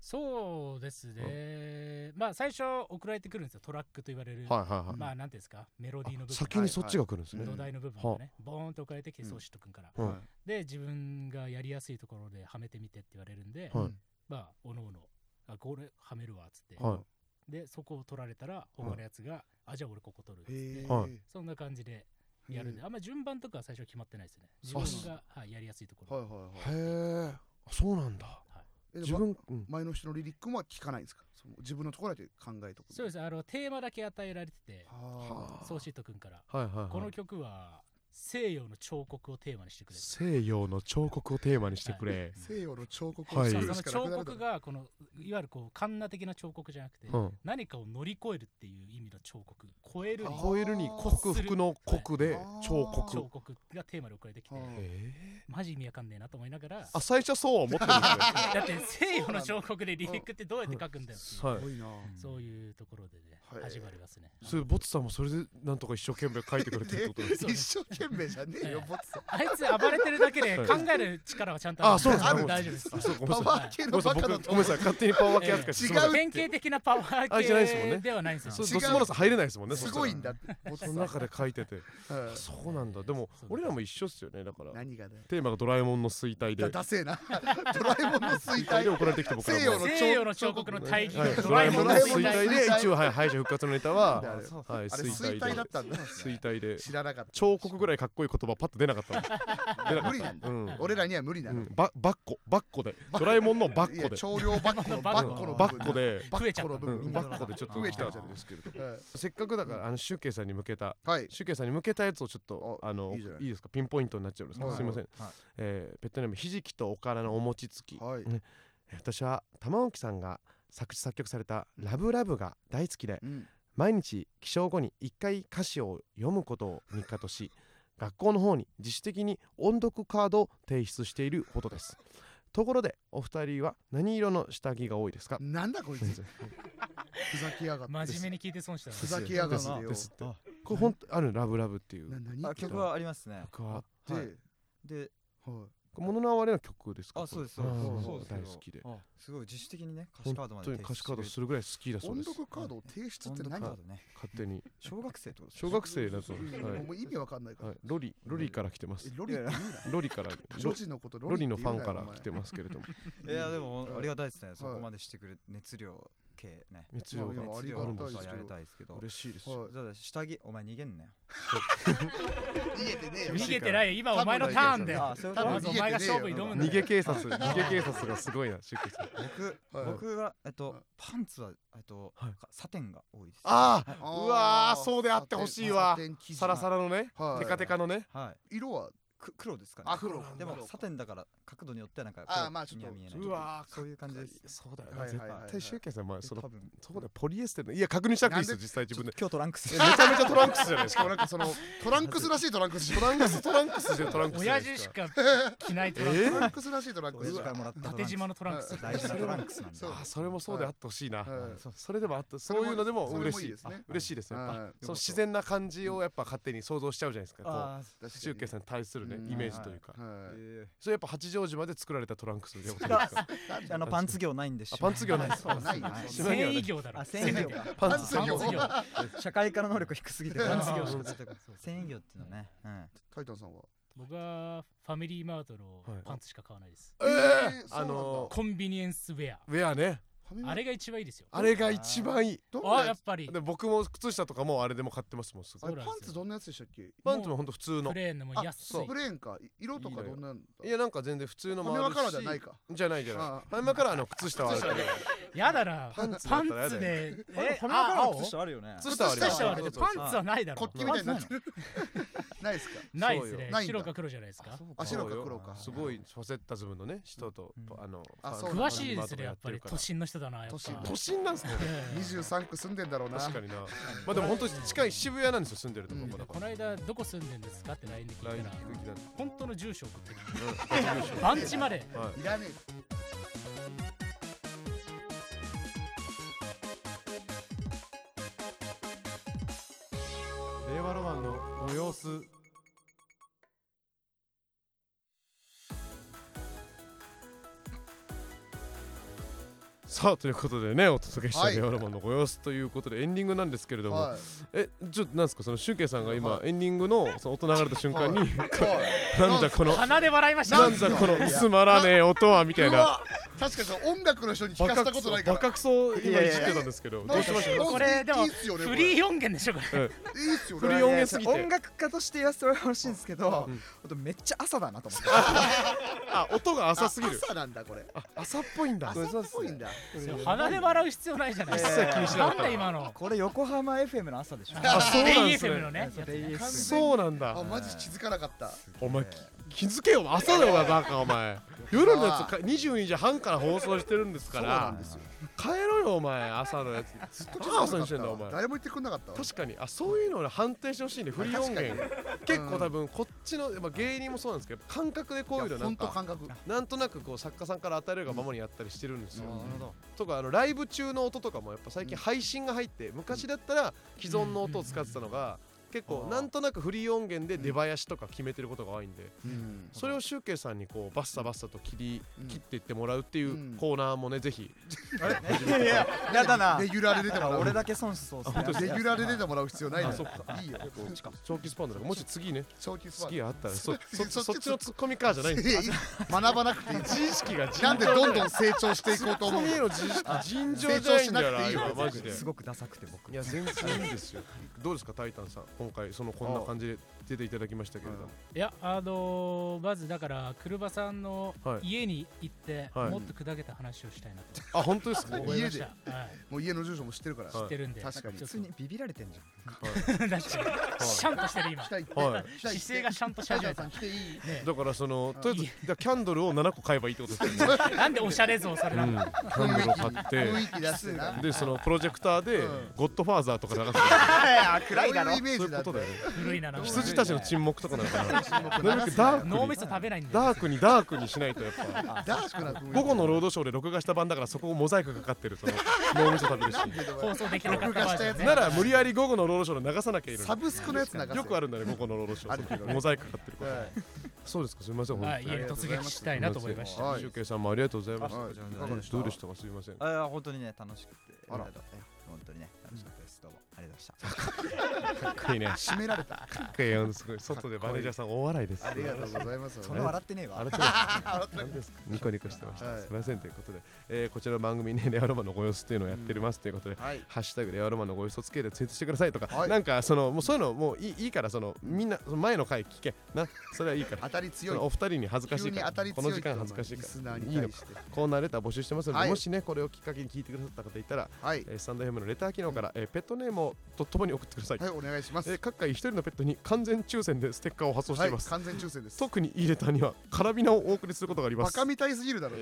そうですね。まあ最初送られてくるんですよ。トラックと言われる。
はいはいはい。
まあなんていうんですか。メロディーの部分。
先にそっちが来るんですね。
土台の部分がね、ボーンと送られてきて、
うん
そうしとくんから。
うん
はい
で、自分がやりやすいところではめてみてって言われるんで、
はい
まあ、おのおの、あ、これはめるわ、つって。
は
で、そこを取られたら、他のやつが、あ、じゃあ俺ここ取るっつって
へえ
はい
そんな感じでやるんで、あんま順番とかは最初決まってないですね。自
そうっす
分が、はい、やりやすいところ。
はいはいはい
い。へえ。あそうなんだ。
えで
自
も
分うん
前の人のリリックも聞かないんですかその自分のところだけ考えとく
そうですすあのテーマだけ与えられてて
は
ソーシート君から
はいはいはい。
この曲は西洋の彫刻をテーマにしてくれ
西洋の彫刻をテーマにしてくれ
あ。西洋の彫刻
は
を
い
そ
作
う
る
そ
し
の
かな
彫
くなるだ
刻
ろ
がこのいわゆるこうカンナ的な彫刻じゃなくて、
うん。
何かを乗り越えるっていう意味の彫刻超える
あ
に
超えるに克服の国で彫
あ
彫
刻。
刻がテーマで送られてきて
は
ええ。
マジ意味わかんねえなと思いながら
あ最初そうは思ってるんですね
だって西洋の彫刻でリリックってどうやって書くんだよっていう
は
すごいな
そういうところでね始まりますね。
それボツさんもそれでなんとか一生懸命書いてくれてるってことです
そう
一生懸命じゃねえよ、ボツさん。
あいつ暴れてるだけで
はい
考える力はちゃんと
あそうなんです
る
ね
大丈夫です。
あそうごめんな
パ
さい
ワー系
ごめ
の
んなさい僕
バカだ
ご
と
めんなさい勝手にパワー系扱いしてすいません
違う
典型的なパワ
あ
ー
じゃないですもん
系
ね
ではないんですよ。
そうドスモラさん入れないですもんねそ
す
したら
ごいんだって。ボツ
そ
さん
の中で書いてて
うん
そうなんだでも
そう
俺らも一緒っすよねだから
何がだよ。
テーマがドラえもんの衰退
だ
で
ダセえな。
衰退
ドラえもんの衰
で
退。
怒られてきた僕ら
西洋
も
の
西洋の彫刻の大義
はい
ド
ド
ラ
ラ
え
え
も
も
ん
ん
の
の衰退で
ドラえもんの衰退
一応はい敗者復活のネタ は
あれ
そう
はい
あれ衰
衰
退だっ
退
たんだ。
衰退で
知らなかっ
彫刻ぐらいかっこいい言葉パッと出なかった
た。
出なか
無
っ
理なんだ
た。 うん
た。俺らには無理な
う
の。
んばバッコバッコでドラえもんのバッ
い
コ
や
で
少量バッコのバ
バ
ッコ
ッ
の部分
バッコで
バ
増えち
ッ
ゃ
コ
った
の部
う
分
ん、
みん
バ
な
ッコでちょっと
増え
来
ち
た
ゃったじゃ
ん
ない
ですけれど
はい
せっかくだからあのシュウケイさんに向けた
はい
シュウケイさんに向けたやつをちょっと
あ
あの
いいじゃない
いいですかピンポイントになっちゃうんですけど
はい
すいません、
はい
えーペットネームひじきとおからのお餅つき
はい
ね私は玉置さんが作詞作曲された「ラブラブが大好きで
うん
毎日起床後に1回歌詞を読むことを日課とし学校の方に自主的に音読カードを提出しているほどですところでお二人は何色の下着が多い ですか
なんだこいつふざけやがって
真面目に聞いて損したな
ふざけやがってよ
ですって
あ
これ本当あるラブラブっていう
な何
あ曲はありますね
僕は
で、
はいで
は
もののあれの曲ですか
あそうですそ
れ
うです
ん
そうですけ
大
ど
好きです
ごい自主的にね歌詞カード
本
ま
当
で
に歌詞カード
提
するぐらい好きだ
い、
そう
音
です
読カードを提出って
出してくれる
何
音読カードね
勝手に
小学生ってことですか
小学生だと、はい
もう意味わかんないから、
はい、ロリロリから来てます
えロリって言うな
ロリから
ジ
ロ
ョジのこと
ロ
ロリ
リ
っ
の
て
フ
言う
ァ
な
ン
よ
から
お前
来てますけれ ども
いやでもありがたいですねそ
は
こ
い
までしてくれ熱量系ね
熱量
いや
が
いやあり
熱
がた
量
いですけど
のことはやりたいですけど
嬉しいです
は
ただ下着お前逃げんなよ
い、逃げてねえよ
逃げてないよ今お前のターンだよ
あそういうこ
多
と
分
まずお前が勝負挑むんだ
逃
よ
げ警 察逃げ警察がすごいなシュウケイさん
僕
はい
僕はえっと
はい
パンツはえっと
はい
サテンが多いです
あ
はい
ーうわーそうであってほしいわサラサ
ラ
ラのね
は
テ
い
カテカのね
はい
色は
く黒ですかね
あ黒
でもサテンだから角度によってはなんか
あー
黒
まあちょっと
には見えない
ちょっとうわー
そういう感じです
そうだよ
は
ね
い
絶
はいはい
対シュウケイさんまあそ
多
の
分
そうだよポリエステルのいや確認したくいいですよ
なん
実際自分で
今日トランクス
えめちゃめちゃトランクスじゃないです
し
か
かもなんかそのトランクスらしいトランクス
トランクストランクスじゃトランクスじゃな
親
いで
父
す
し
か
か着ないトランク
え
ト
ー
ランクスらしいトランク
親
ス
父からもらった
縦縞のトランクス
は
大事なトランクスなんだ
そう
あそれもそうであってほしいな、
はいはい
そうそれでもあったそういうのでも
それ
嬉
も
し
い
い
いですね
あ嬉しいですねやっぱ
はい
その自然な感じをやっぱ勝手に想像しちゃうじゃないですかこ
あー
確か
う
に
中継さんに対するね
うん
イメージというか、
はい
え
それやっぱ八丈島で作られたトランクスでございますか
ーあのパンツ業ないんでしょ
あパンツ業ない
あそう
ないよ
はい
し
繊
まいにはね
維業だろ
あ繊維業か
パ
パ
ン
ン
ツ
ツ業
繊維業
社会科の能力低すぎてパンツ業しか出てこない
そう
繊維業っていうのはねうん
タイタンさんは
僕はファミリーマートのパンツしか買わないです、
えー
えーそうなんだ
あの
コンビニエンスウェア
ーウェアね
ファミマ
あれが一番いいですよ
あれが一番いい
どんな
あや
や
っぱり
で僕も靴下とかもあれでも買ってますもんす
つあ
ごい
れパンツどんなやつでしたっけ
パンツもほんと普通の
プレーンのも
あ
安
そう
い
プレーンかい色とかどんなんだ
いやなんか全然普通の
ファ
も
ミ
あ
マ
る
から
し
じゃないか
じゃないじゃ
あ
な
あ
いファミマからあの靴下はあるけど
やだな
パ
パ
ン
ン
ツ
ツ
だったらやだよ
で
ファ
え
ミマから
あ
の
青
靴下あるよね
靴下はありま
靴
す
下は
あるけど
そう
パ
そう
ンツはないだろ
こっちみたいになってるないですか
ないです
そう
ね
よないんだ
白か黒じゃないですか
あ白か
そうよ
黒か
すごいファセッタズムのね人と、
うん
あの
あ
ファン
そうなんだ
詳しいですねやっぱり都心の人だなやっぱ
都心
都心なんですね
ええ
23区住んでんだろうな
確かになまあでも本当に近い渋谷なんですよ住んでるところ
うん
もだか
この間どこ住んでんですかって LINE で
ら
聞い
来
たら
聞きだね
本当の住所送ってき
うん
た番地まで
はい
いらねえ
令和ロマンのご様子さあということでねお届けした
はい
令和ロマンのご様子ということでエンディングなんですけれども、
はい
えちょっとなんですかそのシュウケイさんが今、
は
エンディングのその音流れた瞬間に、
は
なんじゃこの
鼻で笑いました
なんじゃこの薄まらねえ音はみたいうな
わ確かにその音楽の人に聞
バカ
かせた
ク
こ
ソ
とないか
バ
ら
カクソ
い
今言
やいや
っ
いや
てたんですけどど
なん
う
か
しました
なんか
これでも
いいっすよね
フ
こ
リ
れいい
ー音源でしょこれ
っすよね
フリー音源すぎて
いやいや音楽家として言わせてほしいんですけど、
うん
本当めっちゃ朝だなと思って
あ音が浅すぎ
あ
る
朝なんだこれ
朝っぽいんだ
朝っぽいんだ
鼻で笑う必要ないじゃない
一
切気にしなかった
んだ今の
これ横浜 FM の朝でしょ
あそうなんです
AFM
ね
のねやつ
レイエ
完全に
そうなんだ
あマジ気づかなかった
お前き気づけよ朝だよお前バカお前夜のやつか22時半から放送してるんですか
そうなん
ら
ですよ
帰ろよお前朝のやつ
ずっと
と
来
来
て
てく
くれ
れ
な
なかったた
かっわ
わ
誰も言ってくれなかったわ
確かにあそういうの俺反転してほしいんでフリー音源結構多分こっちの、まあ、芸人もそうなんですけど感覚でこういうのな
本
ん
当
か
感覚
なんとなくこう作家さんから与えるがままにやったりしてるんですよ、
うん
とかあのライブ中の音とかもやっぱ最近配信が入って昔だったら既存の音を使ってたのが結構
あー
なんとなくフリー音源で出囃子とか決めてることが多いんで
うん
それをシュウケイさんにこうバッサバッサと切り
うん
切っていってもらうってい
ん
うコーナーもねぜひ
あれいやいややだな
レギュラーで出て
だ
もら
から
う
俺だけ損しそうっすね
レギュラーで出
も
てもらう必要ないの
あそ
よ
っか
いいよ
長期スパンだからもし次ね
長期スパン
次あったら そそ
そ
そ
そ
そ
っ
っ
ち
ちのツッコミかじゃないんです
いや学ばなくていい
知識が尋
なんで
常
どんどん成長していこうと
ツッ
思
コ
う
ミ
の
への知識尋常じゃないんだよな
成長しなくていいよ
今マジです
ごくダサくて僕
いや全然いいですよどうですかタイタンさん今回そのこんな感じで出ていただきましたけれども
いやあのーまずだから車さんの
はい
家に行って、
はい
もっと砕けた話をしたいなと
あ本当です か
はい
思いました、はい、
もう家の住所も知ってるから
はい
知ってるんで、
確かに
ちょ
普
っと
通にビビられてんじゃ
確
ん
かにシャンとしてる今
下行って
はい
下行って
姿勢がシャンとし
北
てるじ
条
ゃな
さ
い
ん来ていい
ですか
だからそのとりあえずだからキャンドルを7個買えばいいってことですよね、
ねなんでおしゃれ像それ
う、
なんの
キャンドルを買
雰
っ
囲気出してな
てでそのプロジェクターで
うん
「ゴッドファーザー」とか流す
暗いだろそういうイメ
そ
ー
うい
ジ
う
だ
こと
った
だよね
古いななんか
羊たちの沈黙とかなのかななるべくダークに
脳みそ食べないんで
ダークにダークにしないとやっぱ
ダークな雰囲気
午後のロードショーで録画した版だからそこをモザイクかかってる と脳みそ食べるし
放送できなかっ
録
た
画
バ
し
ー
たや
ジョン
つ
ね
なら無理やり午後のロードショーで流さなきゃいけない
サブスクのやつ流せ
よくあるんだね午後のロードショ
あるけど
ー
ね
モザイクかかってるから
はい
そうですかすみません本
はい
当に
家に突撃したいなと思いました
はい
シュウケイさんもありがとうございました
はいいかがでした
どうでしたかすみません
あいや本当にね楽しくて
あら
え本当にね楽しかったですどうもありがとうございました
かっこいいね
締められた
かっこいいよすごい外でマネージャーさん大笑いです
ありがとうございます
それ笑ってねえわ
あれちょっと何ですかニコニコしてました、
はい
すみませんということで、えーこちらの番組ねレアロマンのご様子っていうのをやっておりますということで、
はい
ハッシュタグレアロマンのご様子をつけてツイートしてくださいとか、
はい
なんかそのもうそういうのもういいいいからそのみんなその前の回聞けなそれはいいから
当たり
そ
強い
のお二人に恥ずかし
急
い
に
か
当
ら
たり
こ
強
の
い
時間恥ずかしい
リス
か
ナ
ら
ー
い
に
いの
対
か
して
コーナーレター募集してますので、
はい
もしねこれをきっかけに聞いてくださった方いたら、
はい
えースタンド FM のレター機能から、えーペットネームをとともに送ってください、
はいお願いします
えー各回一人のペットに完全抽選でステッカーを発送して
はいい
ます、
完全抽選です
特にいいレターにはカラビナをお送りすることがありま
バ
す
カみたいすぎるだろ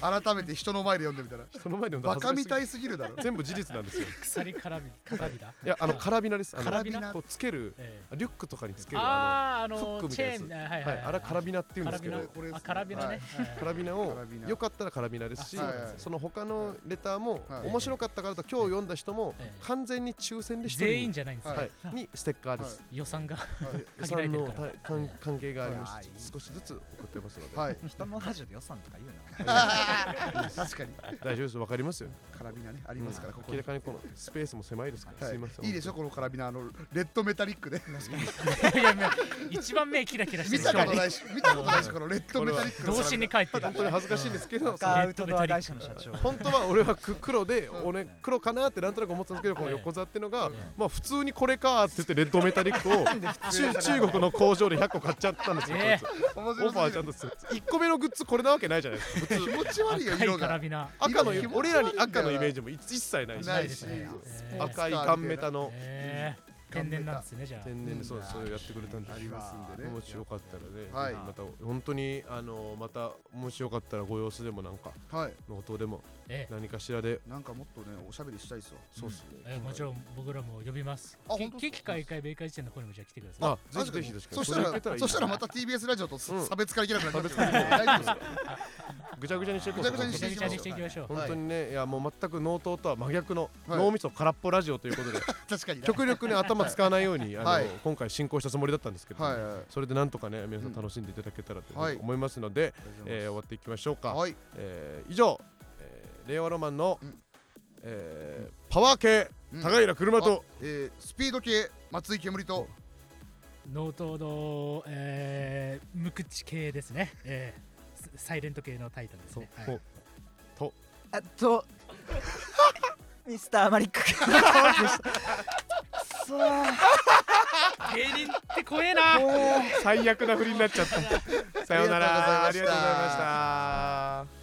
改めて人の前で読んでみた
その前でも
らバカみた
い
いすぎるだろ
全部事実なんですよ
鎖絡み絡みだ
いやあのカラビナですあの
カラビナ
こうつける
ええ
リュックとかにつけるあ
あーあの
フックみ
チ
たいなやつ
ェーンねは
の
いは
はいいあれカラビナって言うんですけど
カラ
これ
あカラビナね
カラビナ
カ
を
ラビナ
よかったらカラビナですし
あはいはい
その他のレターも
はい
面白かったからと今日読んだ人も
ええ
完全に抽選で一人
全員
に
じゃないんですよ
は
はいにステッカーです
予算が
予
限られ
算
てる
の
から
た関関係がありま
はい
す少しずつ送ってますので
はい
人のラジオで予算とか言うな
確かに
大丈夫ですわかりますよ
カラビナねありますからここ
明
に
らかにこのスペースも狭いですから
は
すいません
いいいでしょこのカラビナあのレッドメタリックで
いやいや一番目キラキラして
見
る
たこと
商
ないし見たことないしこのレッドメタリックの
童心に帰ってる
本当に恥ずかしいんですけど
赤アウトドア会社の社長
本当は俺はく黒で俺黒かなってなんとなく思ってたんですけどこの横座ってのがまあ普通にこれかって言ってレッドメタリック を中中国の工場で100個買っちゃったんですよ、
ええ
こ
面
いつオ
白
ファーちゃん
と
とする1個目のグッズこれなわけないじゃないですか
気持ち悪いよ
赤
色
いカラ
が
ビナ
赤の
色々
俺らに赤のイメージも一一切ないし
ないし
ないですねええ
赤いガンメタの
ええ天然なんですねじゃあ
天然でそうですそれをやってくれたんで
ありますんでね
もしよかったらね、
はい
また本当にあのまたもしよかったらご様子でもなんか
はい
の音でも
ええ
何かしらで
なんかもっとねおしゃべりしたいっすわ
そうっすね、
ええもちろん僕らも呼びます
あ本
き
当ですか
危機開会米会時点の方にもじゃあ来てください
あぜひぜひ確かに
そした
れを受け
ら
いい
そ
な
したらまた TBS ラジオと
うん
差別化できなくなっちゃう大丈夫ですよ
ぐちゃぐちゃにしていこう
ぐちゃぐちゃに
めちゃめちゃにしていきましょう
本当にね、い、やもう全く脳頭とは真逆の
はい
脳みそ空っぽラジオという ことで、
確かにね
極力ね頭使わないようにあの、
はい
今回進行したつもりだったんですけど、
はいは
それでなんとかね皆さん楽しんでいただけたらというふうに
はい
思いますので、えー
い
終わっていきましょうか、
はい
えー以上、えー令和ロマンの、
うん
えーパワー系
うん
高平車と、
えースピード系松井煙と
ノートの、えー、無口系ですね、えー、ササイレント系のタイタンですね。はい
と
えっ とミスターマリック そう
芸人って怖えな
最悪な振りになっちゃったさようなら
あ
あ
り
り
が
がとうござ
とうございました
いました